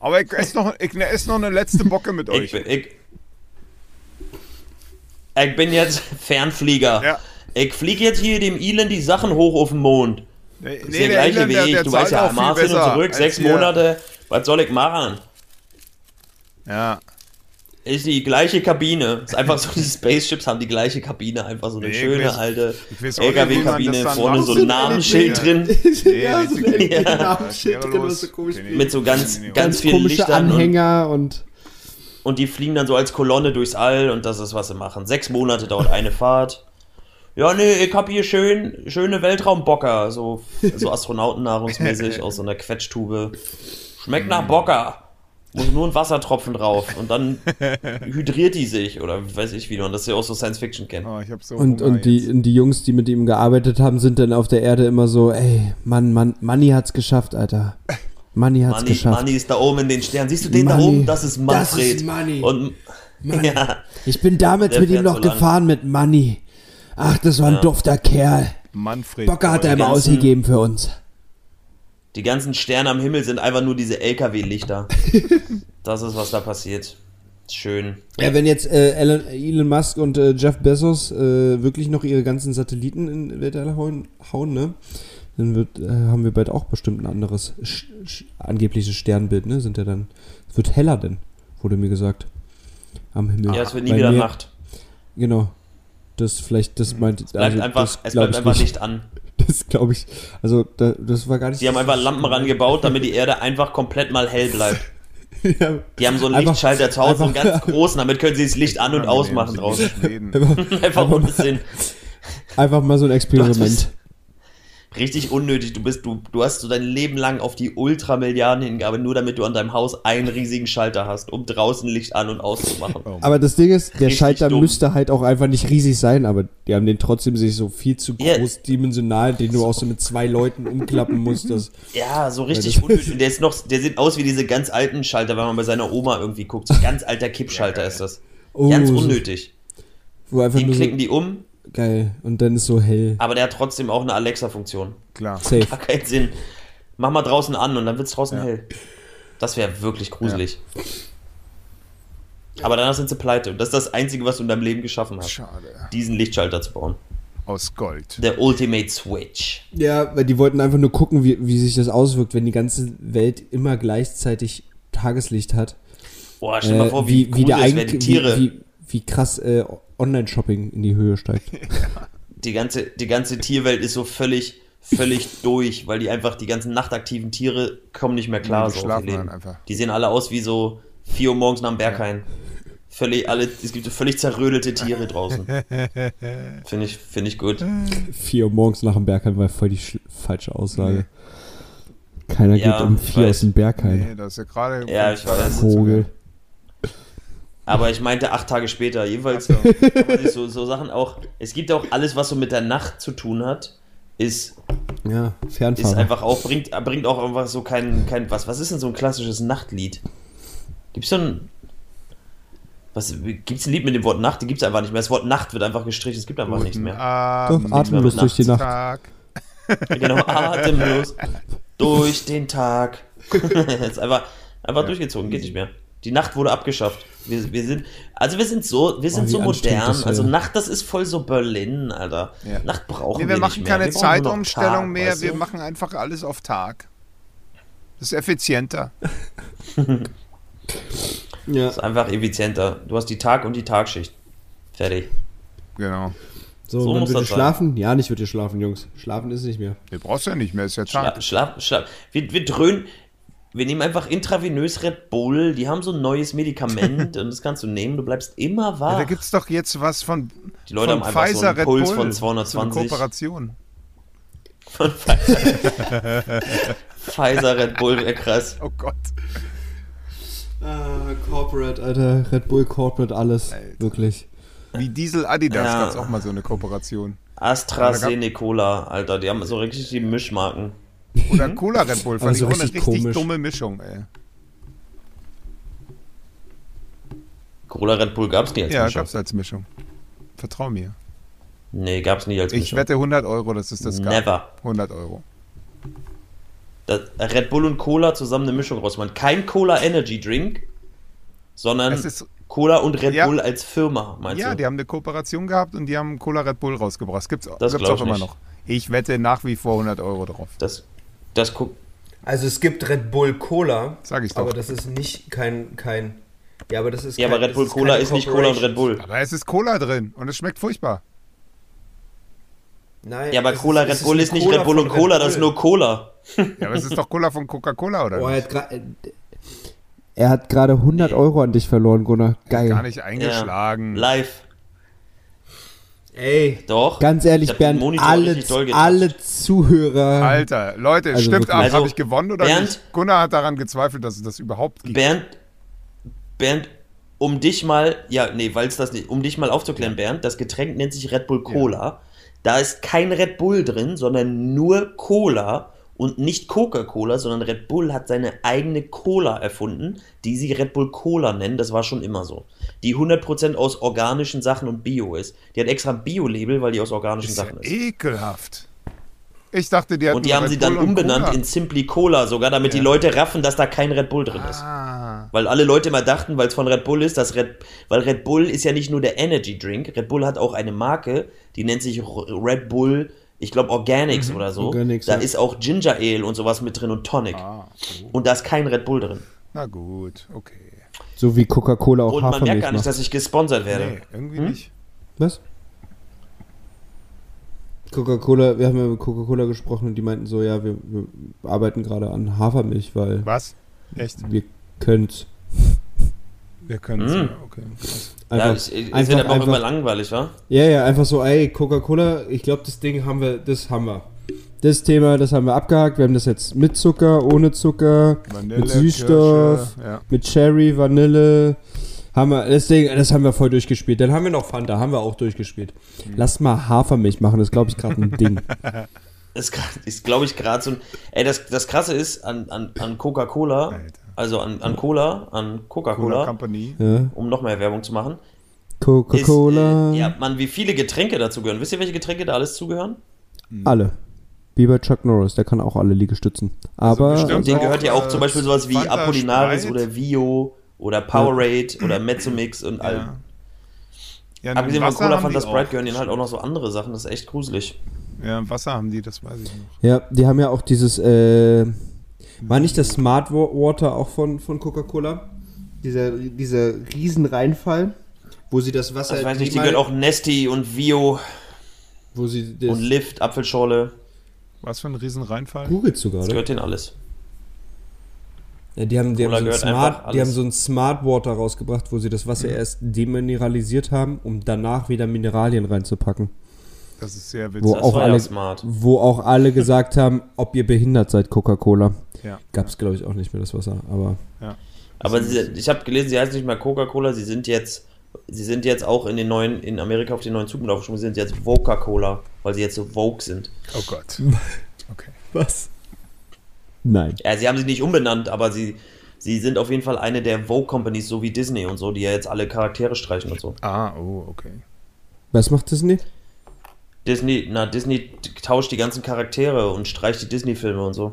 Aber ich esse noch, ich ess noch eine letzte Bocke mit Ich, euch. bin- ich, ich bin jetzt Fernflieger. Ja. Ich fliege jetzt hier dem Elon die Sachen hoch auf den Mond. Nee, Ist der gleiche wie ich. Du weißt ja, Mars hin und zurück, sechs Monate. Was soll ich machen? Ja, Ist die gleiche Kabine. Ist einfach so, die Spaceships haben die gleiche Kabine. Einfach so eine Nee, ich schöne weiß- alte ich weiß auch nicht, wie man das LKW-Kabine. dann Vorne macht. so ein Namensschild drin. nee, ja, so richtig. ein Ja. Namensschild drin, was so komisch Nee, nee. Mit so ganz, Nee, nee. ganz vielen komische Lichtern. Und, Anhänger und und die fliegen dann so als Kolonne durchs All und das ist, was sie machen. Sechs Monate dauert eine Fahrt. Ja, nee, ich hab hier schön, schöne Weltraumbocker. So, so astronautennahrungsmäßig aus so einer Quetschtube. Schmeckt nach Bocker. Muss nur ein Wassertropfen drauf und dann hydriert die sich oder weiß ich wie man das ja auch so Science Fiction kennt. Oh, ich hab so und, Hunger und, die, jetzt. und die Jungs, die mit ihm gearbeitet haben, sind dann auf der Erde immer so, ey, Mann, Mann, Manni hat's geschafft, Alter. Manni hat's Manni, geschafft. Manni ist da oben in den Sternen. Siehst du den da Manni. oben? Das ist Manfred. Das ist Manni. Und ja, Ich bin damals Der mit ihm fährt noch so lang. gefahren mit Manni. Ach, das war ein dufter Kerl. Manfred. Bocker hat er Die immer ganzen- ausgegeben für uns. die ganzen Sterne am Himmel sind einfach nur diese LKW-Lichter. das ist was da passiert. Schön. Ja, wenn jetzt äh, Elon, Elon Musk und äh, Jeff Bezos äh, wirklich noch ihre ganzen Satelliten in den Weltall hauen, hauen ne? Dann wird, äh, haben wir bald auch bestimmt ein anderes sch, sch, angebliches Sternbild, ne? Sind ja dann. Es wird heller denn, wurde mir gesagt. Am Himmel. Ja, es wird nie Bei wieder mir- Nacht. Genau. Das vielleicht, das meint. also, Bleibt einfach, das es glaub bleibt ich einfach nicht. Licht an. Das glaube ich. Also, da, das war gar nicht. Sie haben einfach Lampen rangebaut, damit die Erde einfach komplett mal hell bleibt. Ja, Die haben so einen Einfach- Lichtschalter zu Hause, so einen einfach- ganz großen, damit können sie das Licht an- und ausmachen draus. Schweden. Einfach ein bisschen. einfach mal so ein Experiment. Richtig unnötig. Du bist, du, du hast so dein Leben lang auf die Ultramilliardenhingabe, nur damit du an deinem Haus einen riesigen Schalter hast, um draußen Licht an- und auszumachen. Aber das Ding ist, der Richtig Schalter dumm. müsste halt auch einfach nicht riesig sein, aber die haben den trotzdem sich so viel zu Ja. großdimensional, den du auch so mit zwei Leuten umklappen musst. Das, Ja, so richtig das- unnötig. Und Der ist noch, der sieht aus wie diese ganz alten Schalter, wenn man bei seiner Oma irgendwie guckt. So ein ganz alter Kippschalter ist das. oh, Ganz so- unnötig. Wo einfach Den nur klicken Ah, so, die um, geil. Und dann ist so hell. aber der hat trotzdem auch eine Alexa-Funktion. Klar. Safe. Gar keinen Sinn. Mach mal draußen an und dann wird's draußen hell. Das wäre wirklich gruselig. Aber danach sind sie pleite. Und das ist das Einzige, was du in deinem Leben geschaffen hast. Schade. Diesen Lichtschalter zu bauen. Aus Gold. Der Ultimate Switch. Ja, weil die wollten einfach nur gucken, wie, wie sich das auswirkt, wenn die ganze Welt immer gleichzeitig Tageslicht hat. Boah, stell dir mal Äh, vor, wie, cool der das wäre. Die eigentlich- Tiere, Wie, wie, wie krass äh, Online-Shopping in die Höhe steigt. die, ganze, die ganze Tierwelt ist so völlig, völlig durch, weil die einfach, die ganzen nachtaktiven Tiere kommen nicht mehr klar. Die so auf ihr schlafen Leben. dann einfach. Die sehen alle aus wie so 4 Uhr morgens nach dem Berghain. Völlig alle, es gibt so völlig zerrödelte Tiere draußen. Finde ich, finde ich gut. 4 Uhr morgens nach dem Bergheim war voll die schl- falsche Aussage. Keiner Ja, geht um ich 4 weiß. aus dem Bergheim. Nee, das ist ja gerade. Ja, ich weiß. Vogel. Aber ich meinte acht Tage später. Jeweils Ach kann man sich so, so Sachen auch. Es gibt auch alles, was so mit der Nacht zu tun hat, ist, Ja, ist Fernfahrer. einfach auch, bringt, bringt auch einfach so kein, kein was. Was ist denn so ein klassisches Nachtlied? Gibt's so ein. Was, gibt's ein Lied mit dem Wort Nacht? Die gibt's einfach nicht mehr. Das Wort Nacht wird einfach gestrichen. Es gibt einfach nichts Guten mehr. Doch, Abend. atemlos durch die Nacht. Tag. Genau, atemlos durch den Tag. ist einfach, einfach durchgezogen, geht nicht mehr. Die Nacht wurde abgeschafft. Wir, wir sind, also wir sind so, wir sind Oh, wie so anstrengend modern. das hier. Also Nacht, das ist voll so Berlin, Alter. Ja. Nacht brauchen Nee, wir wir machen nicht mehr. keine Wir brauchen nur noch Zeitumstellung Tag, mehr, weißt wir du? machen einfach alles auf Tag. Das ist effizienter. Ja. Das ist einfach effizienter. Du hast die Tag- und die Tagschicht. Fertig. Genau. So, So und dann muss wird ihr das sein. schlafen? Ja, nicht wird ihr schlafen, Jungs. Schlafen ist nicht mehr. Du brauchst ja nicht mehr, ist ja Tag. Schla schlaf, schlaf. Wir, wir dröhnen. Wir nehmen einfach intravenös Red Bull. Die haben so ein neues Medikament und das kannst du nehmen. Du bleibst immer Ja, wach. da gibt's doch jetzt was von, Die Leute von haben einfach Pfizer so einen Red Puls Bull. von So eine 220. Kooperation. Pfizer Red Bull, wäre krass. Oh Gott. Ah, Corporate, Alter. Red Bull Corporate, alles. Wirklich. Wie Diesel Adidas Ja. gab's auch mal so eine Kooperation. AstraZeneca, Alter. Die haben so richtig die Mischmarken. Oder Mhm. Cola Red Bull, fand ich so auch eine Also richtig richtig komisch. dumme Mischung, ey. Cola Red Bull gab's nie als Ja, Mischung. gab's als Mischung. Vertrau mir. Nee, gab's nie als Ich Mischung. wette 100 Euro, dass es das gab. Never. 100 Euro. Da- Red Bull und Cola zusammen eine Mischung rausmachen. Kein Cola Energy Drink, sondern Es ist- Cola und Red Ja. Bull als Firma, meinst ja, du? die haben eine Kooperation gehabt und die haben Cola Red Bull rausgebracht. Das gibt's, Das gibt's glaub auch ich immer nicht. noch. Ich wette nach wie vor 100 Euro drauf. Das, das guckt. Also es gibt Red Bull Cola. Sag ich doch. Aber das ist nicht kein, kein. Ja, aber das ist Ja, kein, aber Red das Bull Cola keine ist nicht Cola und Red Bull. Aber es ist Cola drin und es schmeckt furchtbar. Nein, Ja, aber es Cola ist- es Red Bull eine ist nicht Cola Red Bull von und Cola, Red das ist Bull. nur Cola. Ja, aber es ist doch Cola von Coca-Cola, oder? Oh, er nicht? hat, gra- äh, er hat gerade 100 Euro an dich verloren, Gunnar. Geil. Gar nicht eingeschlagen. Live. Ey, Doch. Ganz Ich ehrlich, hab den Bernd, Monitor alle, richtig doll gedreht. alle Zuhörer. Alter, Leute, Also stimmt wirklich. ab, Also, habe ich gewonnen oder Bernd- nicht? Gunnar hat daran gezweifelt, dass es das überhaupt gibt. Bernd, Bernd, um dich mal, ja, nee, weil es das nicht, um dich mal aufzuklären, Bernd, das Getränk nennt sich Red Bull Cola. Da ist kein Red Bull drin, sondern nur Cola und nicht Coca-Cola, sondern Red Bull hat seine eigene Cola erfunden, die sie Red Bull Cola nennen, das war schon immer so. Die 100% aus organischen Sachen und Bio ist. Die hat extra ein Bio-Label, weil die aus organischen ist ja Sachen ist. ekelhaft. Ich dachte, die hatten Und die haben Red sie dann Bull und umbenannt Cola. in Simply Cola sogar, damit Ja. die Leute raffen, dass da kein Red Bull drin ist. Ah, Weil alle Leute immer dachten, weil es von Red Bull ist, dass Red, weil Red Bull ist ja nicht nur der Energy Drink. Red Bull hat auch eine Marke, die nennt sich R- Red Bull, ich glaube Organics oder so. Mhm. Organics, da ja. ist auch Ginger Ale und sowas mit drin und Tonic. Ah, Und da ist kein Red Bull drin. na gut, okay. So wie Coca-Cola auch Und man merkt Hafermilch gar nicht, macht. dass ich gesponsert werde. Nee, irgendwie Hm? nicht. Was? Coca-Cola, wir haben ja über Coca-Cola gesprochen und die meinten so, ja, wir, wir arbeiten gerade an Hafermilch, weil Was? Echt? wir können's. Wir können es. Mhm. Ja, okay. Ja, Einfach, es, es einfach, wird aber auch immer einfach, langweilig, wa? ja, ja, einfach so, ey, Coca-Cola, ich glaube, das Ding haben wir, das haben wir. Das Thema, das haben wir abgehakt. Wir haben das jetzt mit Zucker, ohne Zucker, mit Süßstoff, Kirsche, Ja. mit Cherry, Vanille. Haben wir, das, Ding, das haben wir voll durchgespielt. Dann haben wir noch Fanta, haben wir auch durchgespielt. Lass mal Hafermilch machen, das glaube ich gerade ein Ding. Das Mhm. ist grad- ist, glaube ich, gerade so ein. Ey, das, das Krasse ist an, an, an Coca-Cola, Alter. also an, an Cola, an Cola Coca-Cola, Company. Ja. um noch mehr Werbung zu machen. ist, Coca-Cola. Äh, ja, Mann, wie viele Getränke dazu gehören. Wisst ihr, welche Getränke da alles zugehören? Alle. Wie bei Chuck Norris, der kann auch alle Liegestützen. Aber bestimmt. Denen Auch, gehört ja auch äh, zum Beispiel sowas wie Fanta, Apollinaris Sprite. oder Vio oder Powerade oder Mezzomix und all. Ja. Ja, und Abgesehen von Wasser Cola haben Fanta die Sprite auch. gehören denen halt auch noch so andere Sachen. Das ist echt gruselig. Ja, im Wasser haben die, das weiß ich noch. ja, die haben ja auch dieses, äh, war nicht das Smart Wa- Water auch von, von Coca-Cola? Dieser, dieser Riesenreinfall, wo sie das Wasser. Das Also weiß nicht, die niemals- gehört auch Nesti und Vio Wo sie das. und Lift, Apfelschorle. Was für ein Riesenreinfall. Googelst du Das gerade? gehört denen alles. Ja, Ne, die haben, die, haben Cola so ein gehört einfach Smart, die alles. Mhm. haben so ein Smart Water rausgebracht, wo sie das Wasser erst demineralisiert haben, um danach wieder Mineralien reinzupacken. Das ist sehr witzig. Wo Das auch war ja alle, smart. wo auch alle gesagt haben, ob ihr behindert seid, Coca-Cola. Ja. Gab es, glaube ich, auch nicht mehr das Wasser, aber Aber sie, ich habe gelesen, sie heißt nicht mehr Coca-Cola, sie sind jetzt. Sie sind jetzt auch in den neuen, in Amerika auf den neuen Zug mit aufgesprungen, sie sind jetzt Voca-Cola, weil sie jetzt so Vogue sind. Oh Gott. Okay. Was? Nein. Ja, sie haben sie nicht umbenannt, aber sie, sie sind auf jeden Fall eine der Vogue-Companies, so wie Disney und so, die ja jetzt alle Charaktere streichen und so. Ah, oh, okay. Was macht Disney? Disney, na, Disney t- tauscht die ganzen Charaktere und streicht die Disney-Filme und so.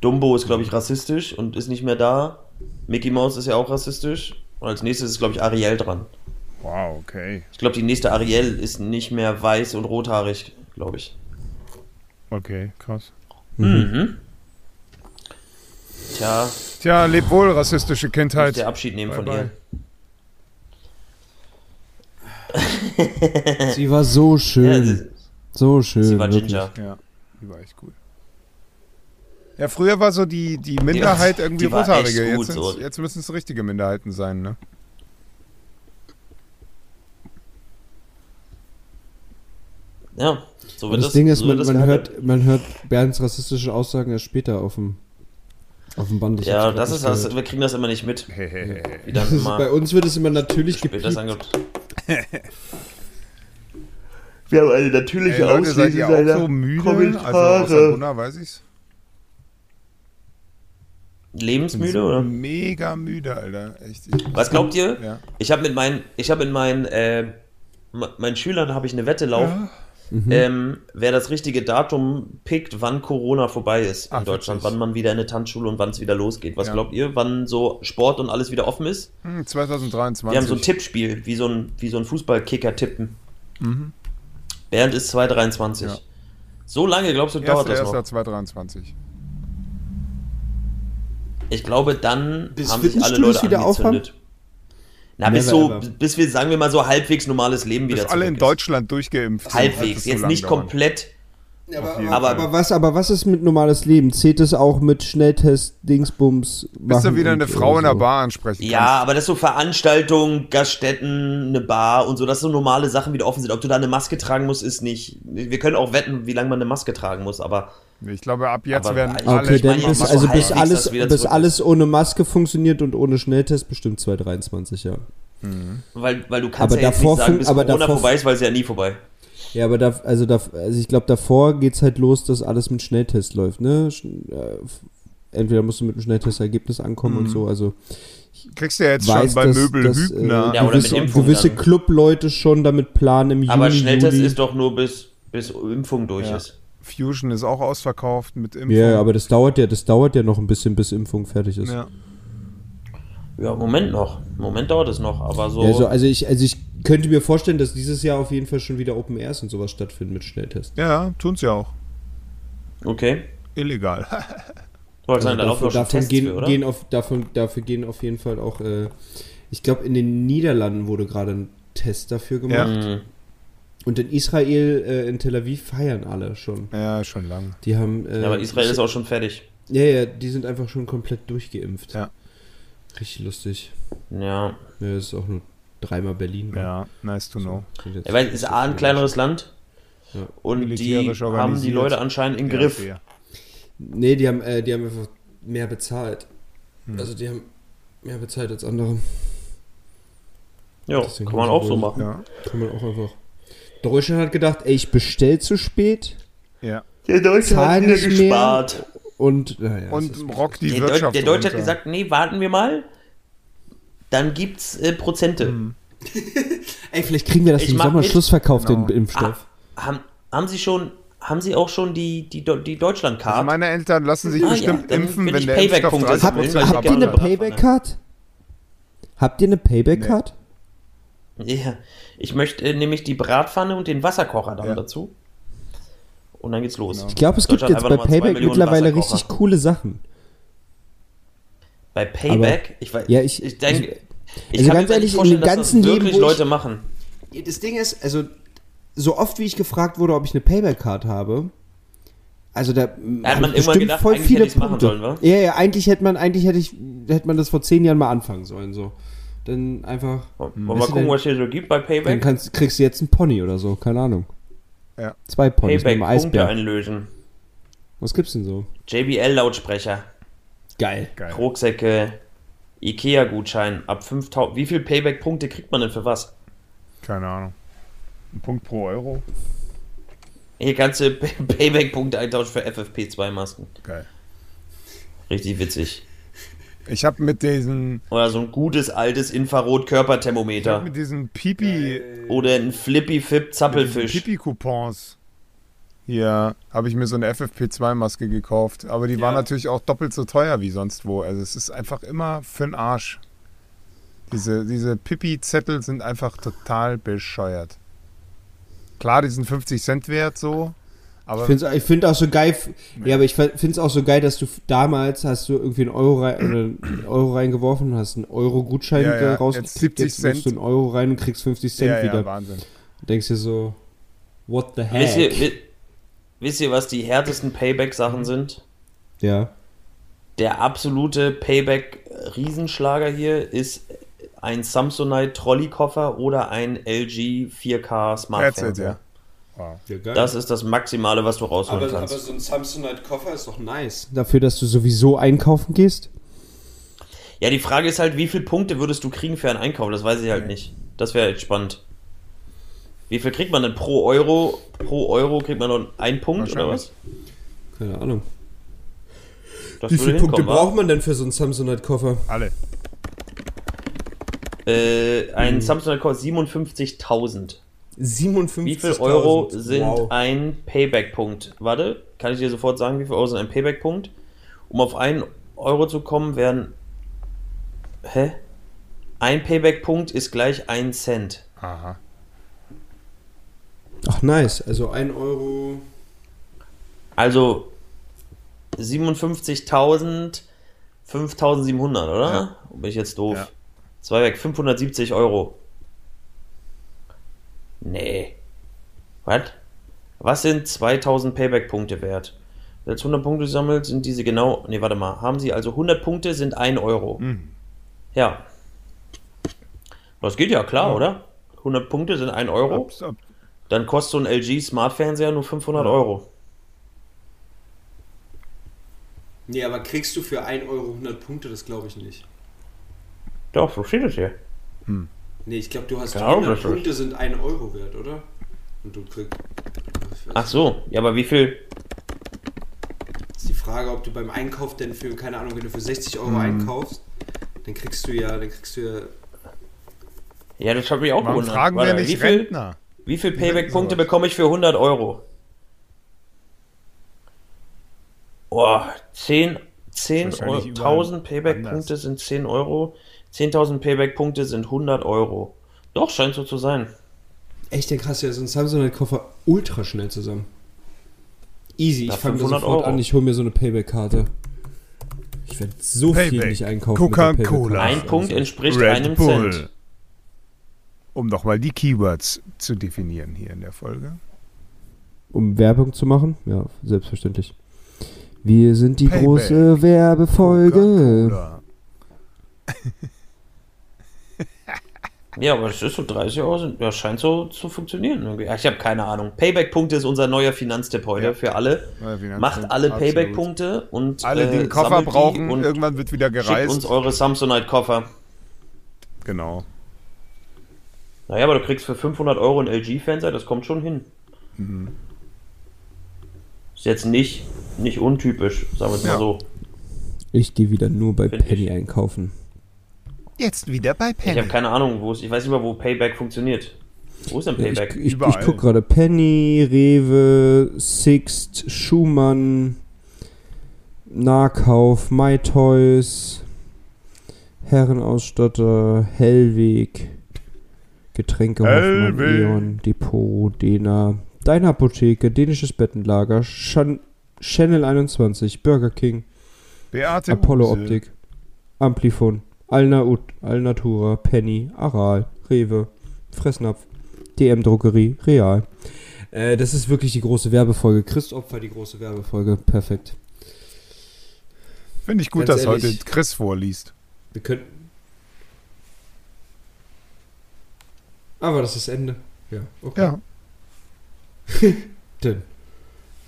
Dumbo ist, glaube ich, rassistisch und ist nicht mehr da. Mickey Mouse ist ja auch rassistisch. Und als nächstes ist, glaube ich, Ariel dran. Wow, okay. Ich glaube, die nächste Ariel ist nicht mehr weiß und rothaarig, glaube ich. Okay, krass. Mhm. Halt. Tja, Tja, leb wohl, rassistische Kindheit. der Abschied nehmen Bye, von bye. ihr. Sie war so Äh. Ja, schön. sie, so schön. sie war wirklich. Ginger. Ja, die war echt cool. Ja, früher war so die, die Minderheit irgendwie die war echt Rothaarige. Jetzt, gut, sind's- so. jetzt müssen es richtige Minderheiten sein, ne? Ja, so Aber wird das, Ding ist, so man, wird das man, gehandelt. hört, man hört Bernds rassistische Aussagen erst später auf dem, auf dem Band. Ich Ja, hab's grad das nicht ist das. gehört. Wir kriegen das immer nicht mit. Wie dann Das ist, bei immer uns wird es immer natürlich spät das gepiept. angibt. Wir haben eine natürliche Ey, Leute, seid ihr auch so müde? Also außer Gunnar, weiß ich's. Lebensmüde, oder? Mega müde, Alter. Echt. Ich, Was glaubt ihr? Ja. Ich habe mit meinen, ich habe mit meinen, äh, m- meinen Schülern habe ich eine Wette laufen, Mhm. ähm, wer das richtige Datum pickt, wann Corona vorbei ist Ah, in Deutschland, witzig. wann man wieder in eine Tanzschule und wann es wieder losgeht. Was Ja. glaubt ihr, wann so Sport und alles wieder offen ist? Hm, 2023. Wir haben so ein Tippspiel, wie so ein, wie so ein Fußballkicker tippen. Bernd ist 2,23. Ja. So lange, glaubst du, dauert Erster, das noch? erster, 2023. Ich glaube, dann Bis haben sich alle Fitnessstudios Leute wieder aufhaben? angezündet. Na, bis Never so, ever. bis wir, sagen wir mal, so halbwegs normales Leben wieder Bis alle in zurück ist. Deutschland durchgeimpft sind, wird halbwegs, das so jetzt lang nicht dauern. komplett. Auf jeden aber- Fall. Aber was, aber was ist mit normales Leben? Zählt es auch mit Schnelltest, Dingsbums? Bis du machen wieder und- eine Frau in oder der so? Bar ansprechen Ja, aber das ist so Veranstaltungen, Gaststätten, eine Bar und so, dass so normale Sachen wieder offen sind. Ob du da eine Maske tragen musst, ist nicht. Wir können auch wetten, wie lange man eine Maske tragen muss, aber kannst. Ich glaube, ab jetzt Aber- werden Okay, alle... Okay, Ich meine, dann ja, bis, mach also doch bis halbwegs, alles, dass wieder bis zurück alles ohne Maske funktioniert und ohne Schnelltest bestimmt 2023, ja. weil, weil du kannst Aber ja jetzt davor nicht sagen, fun- bis aber Corona davor- vorbei ist, weil es ja nie vorbei. Ja, aber da, also, da, also ich glaube, davor geht's halt los, dass alles mit Schnelltest läuft, ne? Sch äh, f- entweder musst du mit einem Schnelltestergebnis ankommen Mhm. und so, also Kriegst du ja jetzt weiß, schon bei dass, Möbel dass Hübner. äh, Ja, oder mit gewisse, Impfung gewisse dann. Clubleute schon damit planen im Juni, Aber Schnelltest Juli. ist doch nur bis, bis Impfung durch Ja. ist. Fusion ist auch ausverkauft mit Impfung. Ja, ja, aber das dauert ja, das dauert ja noch ein bisschen, bis Impfung fertig ist. Ja. Ja. Ja, Moment noch. Im Moment dauert es noch, aber so. Also, also, ich, also ich könnte mir vorstellen, dass dieses Jahr auf jeden Fall schon wieder Open Airs und sowas stattfinden mit Schnelltest. ja, tun's ja auch. okay. Illegal. Wollte sagen, Also da laufen Davon, doch schon davon Tests gehen, für, oder? gehen auf, davon, dafür gehen auf jeden Fall auch, äh, ich glaube, in den Niederlanden wurde gerade ein Test dafür gemacht. Mhm. Und in Israel, äh, in Tel Aviv feiern alle schon. Ja, schon lang. Die haben. Äh, Ja, aber Israel ist auch schon fertig. Ja, ja, die sind einfach schon komplett durchgeimpft. Ja. Richtig lustig. Ja. Ja, das ist auch nur dreimal Berlin. war. Ja, nice to know. Sind jetzt- Ja, weil es ist A, ein kleineres Land. Ja. Und die Militärisch haben die organisiert. Leute anscheinend im Griff. Ja, Nee, die haben, äh, die haben einfach mehr bezahlt. Hm. Also die haben mehr bezahlt als andere. Ja, Deswegen kann man haben auch sie so wohl- machen. ja. Kann man auch einfach. Deutschland hat gedacht, ey, ich bestell zu spät ja. Der Deutsche Zahl nicht mehr. gespart. und. Naja, es Und ist- rock die Der, Deu Wirtschaft. der Deutsche hat runter. gesagt, nee, warten wir mal. Dann gibt's äh, Prozente. Hm, ey, vielleicht kriegen wir das Ich im mach Sommer mit. Schlussverkauf, Genau. den Impfstoff. Ah, Haben, haben sie schon, haben sie auch schon die, die, Do- die Also Deutschland-Card? meine Eltern lassen sich Ah, ja, bestimmt dann impfen, bin wenn ich der Payback ne? Impfstoff Punkte. 30 Habt- Prozent habt Habt ihr ihr Rabatt eine Rabatt. hat. Payback-Card? Habt ihr eine Payback-Card? ja. Ich möchte äh, nämlich die Bratpfanne und den Wasserkocher dann Ja. Genau. dazu. Und dann geht's los. Ich glaube, es gibt Deutschland jetzt einfach bei noch mal zwei Payback Millionen mittlerweile Wasserkocher. richtig coole Sachen. Bei Payback, ich weiß, Ja, ich- ich denke, ich, kann also ganz mir gar ehrlich, nicht in vorstellen, dem ganzen dass das Leben, wirklich wo ich- Leute machen. Das Ding ist, also, so oft wie ich gefragt wurde, ob ich eine Payback-Card habe, also da Da hat man immer gedacht, eigentlich hätte ich's machen sollen, wa? Ja, ja, eigentlich hätte man, eigentlich hätte ich, hätte man das vor zehn Jahren mal anfangen sollen, so. Dann einfach, Wollen wir Hm, Weißt mal du gucken, denn- was hier so gibt bei dann Oh, Payback? kannst, kriegst du jetzt einen Pony oder so, keine Ahnung. Ja. Zwei Ponys mit einem Payback-Punkte Eisbär. einlösen. Was gibt's denn so? JBL-Lautsprecher, Geil. Geil. Rucksäcke, Ikea-Gutschein ab 5000. Wie viel Payback-Punkte kriegt man denn für was? Keine Ahnung. Ein Punkt pro Euro. Hier kannst du Pay- Payback-Punkte eintauschen für FFP2-Masken. Geil. Richtig witzig. Ich habe mit diesen, Oder so ein gutes altes Infrarot-Körperthermometer. mit diesen Pipi, Oder ein Flippy-Fip-Zappelfisch. Pipi-Coupons hier habe ich mir so eine FFP2-Maske gekauft. Aber die war natürlich auch doppelt so teuer wie sonst wo. Also es ist einfach immer für den Arsch. Diese, diese Pipi-Zettel sind einfach total bescheuert. Klar, die sind 50 Cent wert so. Ich Aber finde ich find auch so geil, f- ja, aber ich finde es auch so geil, dass du f- damals hast du irgendwie einen Euro, rein, oder einen Euro reingeworfen, hast einen Euro-Gutschein Ja, ja, rausgekriegt, jetzt 70 wirfst du einen Euro rein und kriegst 50 Cent ja, ja, wieder. Wahnsinn. Du denkst dir so, what the Wisst heck? ihr, wi- wisst ihr, was die härtesten Payback-Sachen sind? Ja. Der absolute Payback-Riesenschlager hier ist ein Samsonite Trolley-Koffer oder ein LG 4K That's it, Smartphone. ja. Das ist das Maximale, was du rausholen aber, aber kannst. so ein Samsonite-Koffer ist doch nice. Dafür, dass du sowieso einkaufen gehst? Ja, die Frage ist halt, wie viele Punkte würdest du kriegen für einen Einkauf? Das weiß ich halt nicht. Das wäre halt spannend. Wie viel kriegt man denn pro Euro? Pro Euro kriegt man noch einen Punkt oder was? Wahrscheinlich. Keine Ahnung. Das Wie viele würde Punkte hinkommen, wa? braucht man denn für so einen Samsonite-Koffer? Alle. Äh, ein Mhm. Samsung kostet 57.000. 57.000. Wie viel Euro sind Wow. ein Payback-Punkt? Warte, kann ich dir sofort sagen, wie viel Euro sind ein Payback-Punkt? Um auf einen Euro zu kommen, werden. Hä? Ein Payback-Punkt ist gleich ein Cent. Aha. Ach, nice. Also 1 Euro. Also 57.000, 5.700, oder? Bin ich jetzt doof. Ja. Zwei weg, 570 Euro. Nee. Was? Was sind 2000 Payback-Punkte wert? Wenn du 100 Punkte sammelt, sind diese genau. Nee, warte mal. Haben sie also 100 Punkte sind 1 Euro. Mhm. Ja. Das geht ja klar, oder? 100 Punkte sind 1 Euro. Ups, up. Dann kostet so ein LG Smart-Fernseher nur 500 Euro. Nee, aber kriegst du für 1 Euro 100 Punkte? Das glaube ich nicht. Doch, so steht es hier. Nee, ich glaube, du hast Genau, 100 das ist- Punkte sind 1 Euro wert, oder? Und du kriegst. Ich weiß Ach so, ja, aber wie viel? Ist die Frage, ob du beim Einkauf denn für, keine Ahnung, wenn du für 60 Hm. Euro einkaufst, dann kriegst du ja, dann kriegst du ja. Ja, das hat mich auch Warum gewundert. fragen wir Warte, wie nicht viel, Rentner? wie viel Payback-Punkte sowas? bekomme ich für 100 Euro? Boah, 10, 10 Wahrscheinlich Euro, überall 1000 Payback-Punkte anders. sind 10 Euro, 10.000 Payback-Punkte sind 100 Euro. Doch, scheint so zu sein. Echt, der krass, ja, so ein Samsonite-Koffer ultra schnell zusammen. Easy, ich Ja, fange 500 sofort Euro. an, ich hole mir so eine Payback-Karte. Ich werde so viel Payback. nicht einkaufen. mit der Coca-Cola. Payback-Karte. Ein Punkt entspricht einem Cent. Um nochmal die Keywords zu definieren hier in der Folge. Um Werbung zu machen? Ja, selbstverständlich. Wir sind die Payback. Oh große Werbefolge. Coca-Cola. Ja, aber das ist so 30 Euro, sind- ja, scheint so zu funktionieren. irgendwie. Ich habe keine Ahnung. Payback-Punkte ist unser neuer Finanztipp heute Ja. für alle. Neuer Finanztipp, Macht alle absolut. Payback-Punkte und Alle, die äh, einen Koffer sammelt die brauchen, und irgendwann wird wieder Schickt uns gereist. eure Samsonite-Koffer. Genau. Naja, aber du kriegst für 500 Euro einen LG-Fernseher, das kommt schon hin. Mhm. Ist jetzt nicht, nicht untypisch, sagen wir es mal Ja. so. Ich gehe wieder nur bei Find ich. Penny einkaufen. Jetzt wieder bei Ich habe Penny. keine Ahnung, wo es, ich weiß nicht mal, wo Payback funktioniert. Wo ist denn Ich, Payback? ich, ich Überall. gucke gerade Penny, Rewe, Sixt, Schumann, Nahkauf, MyToys, Herrenausstatter, Hellweg, Getränkehoffmann, Hellweg. Eon, Depot, Dena, Deine Apotheke, Dänisches Bettenlager, Chan Channel 21, Burger King, Beate Apollo Use. Optik, Amplifon, Alnaut, Alnatura, Penny, Aral, Rewe, Fressnapf, DM Druckerie, Real. Äh, das ist wirklich die große Werbefolge. Chris Opfer, die große Werbefolge. Perfekt. Finde ich gut, Ganz dass ehrlich. heute Chris vorliest. Wir könnten. Aber Ah, das ist Ende. Ja, okay. Ja. Dann.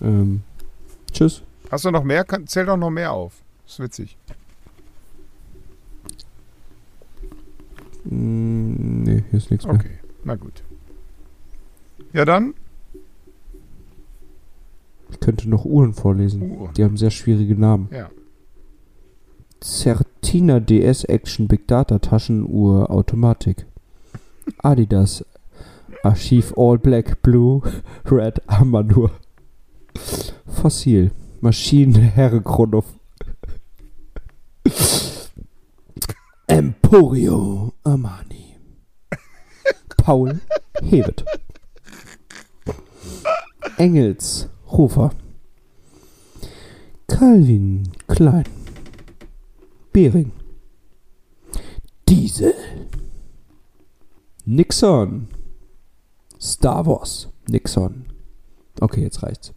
Ähm, tschüss. Hast du noch mehr? Kann- Zähl doch noch mehr auf. Ist witzig. Mm, nee, hier ist nichts mehr. Okay, na gut. Ja, dann. Ich könnte noch Uhren vorlesen. Uh, Die haben sehr schwierige Namen. ja. Certina DS Action Big Data Taschenuhr Automatik. Adidas Archiv All Black Blue Red Armadur. Fossil Maschinenherre Chronof. Emporio Armani. Paul Hebet. Engels Hofer. Calvin Klein. Bering. Diesel. Nixon. Star Wars. Nixon. Okay, jetzt reicht's.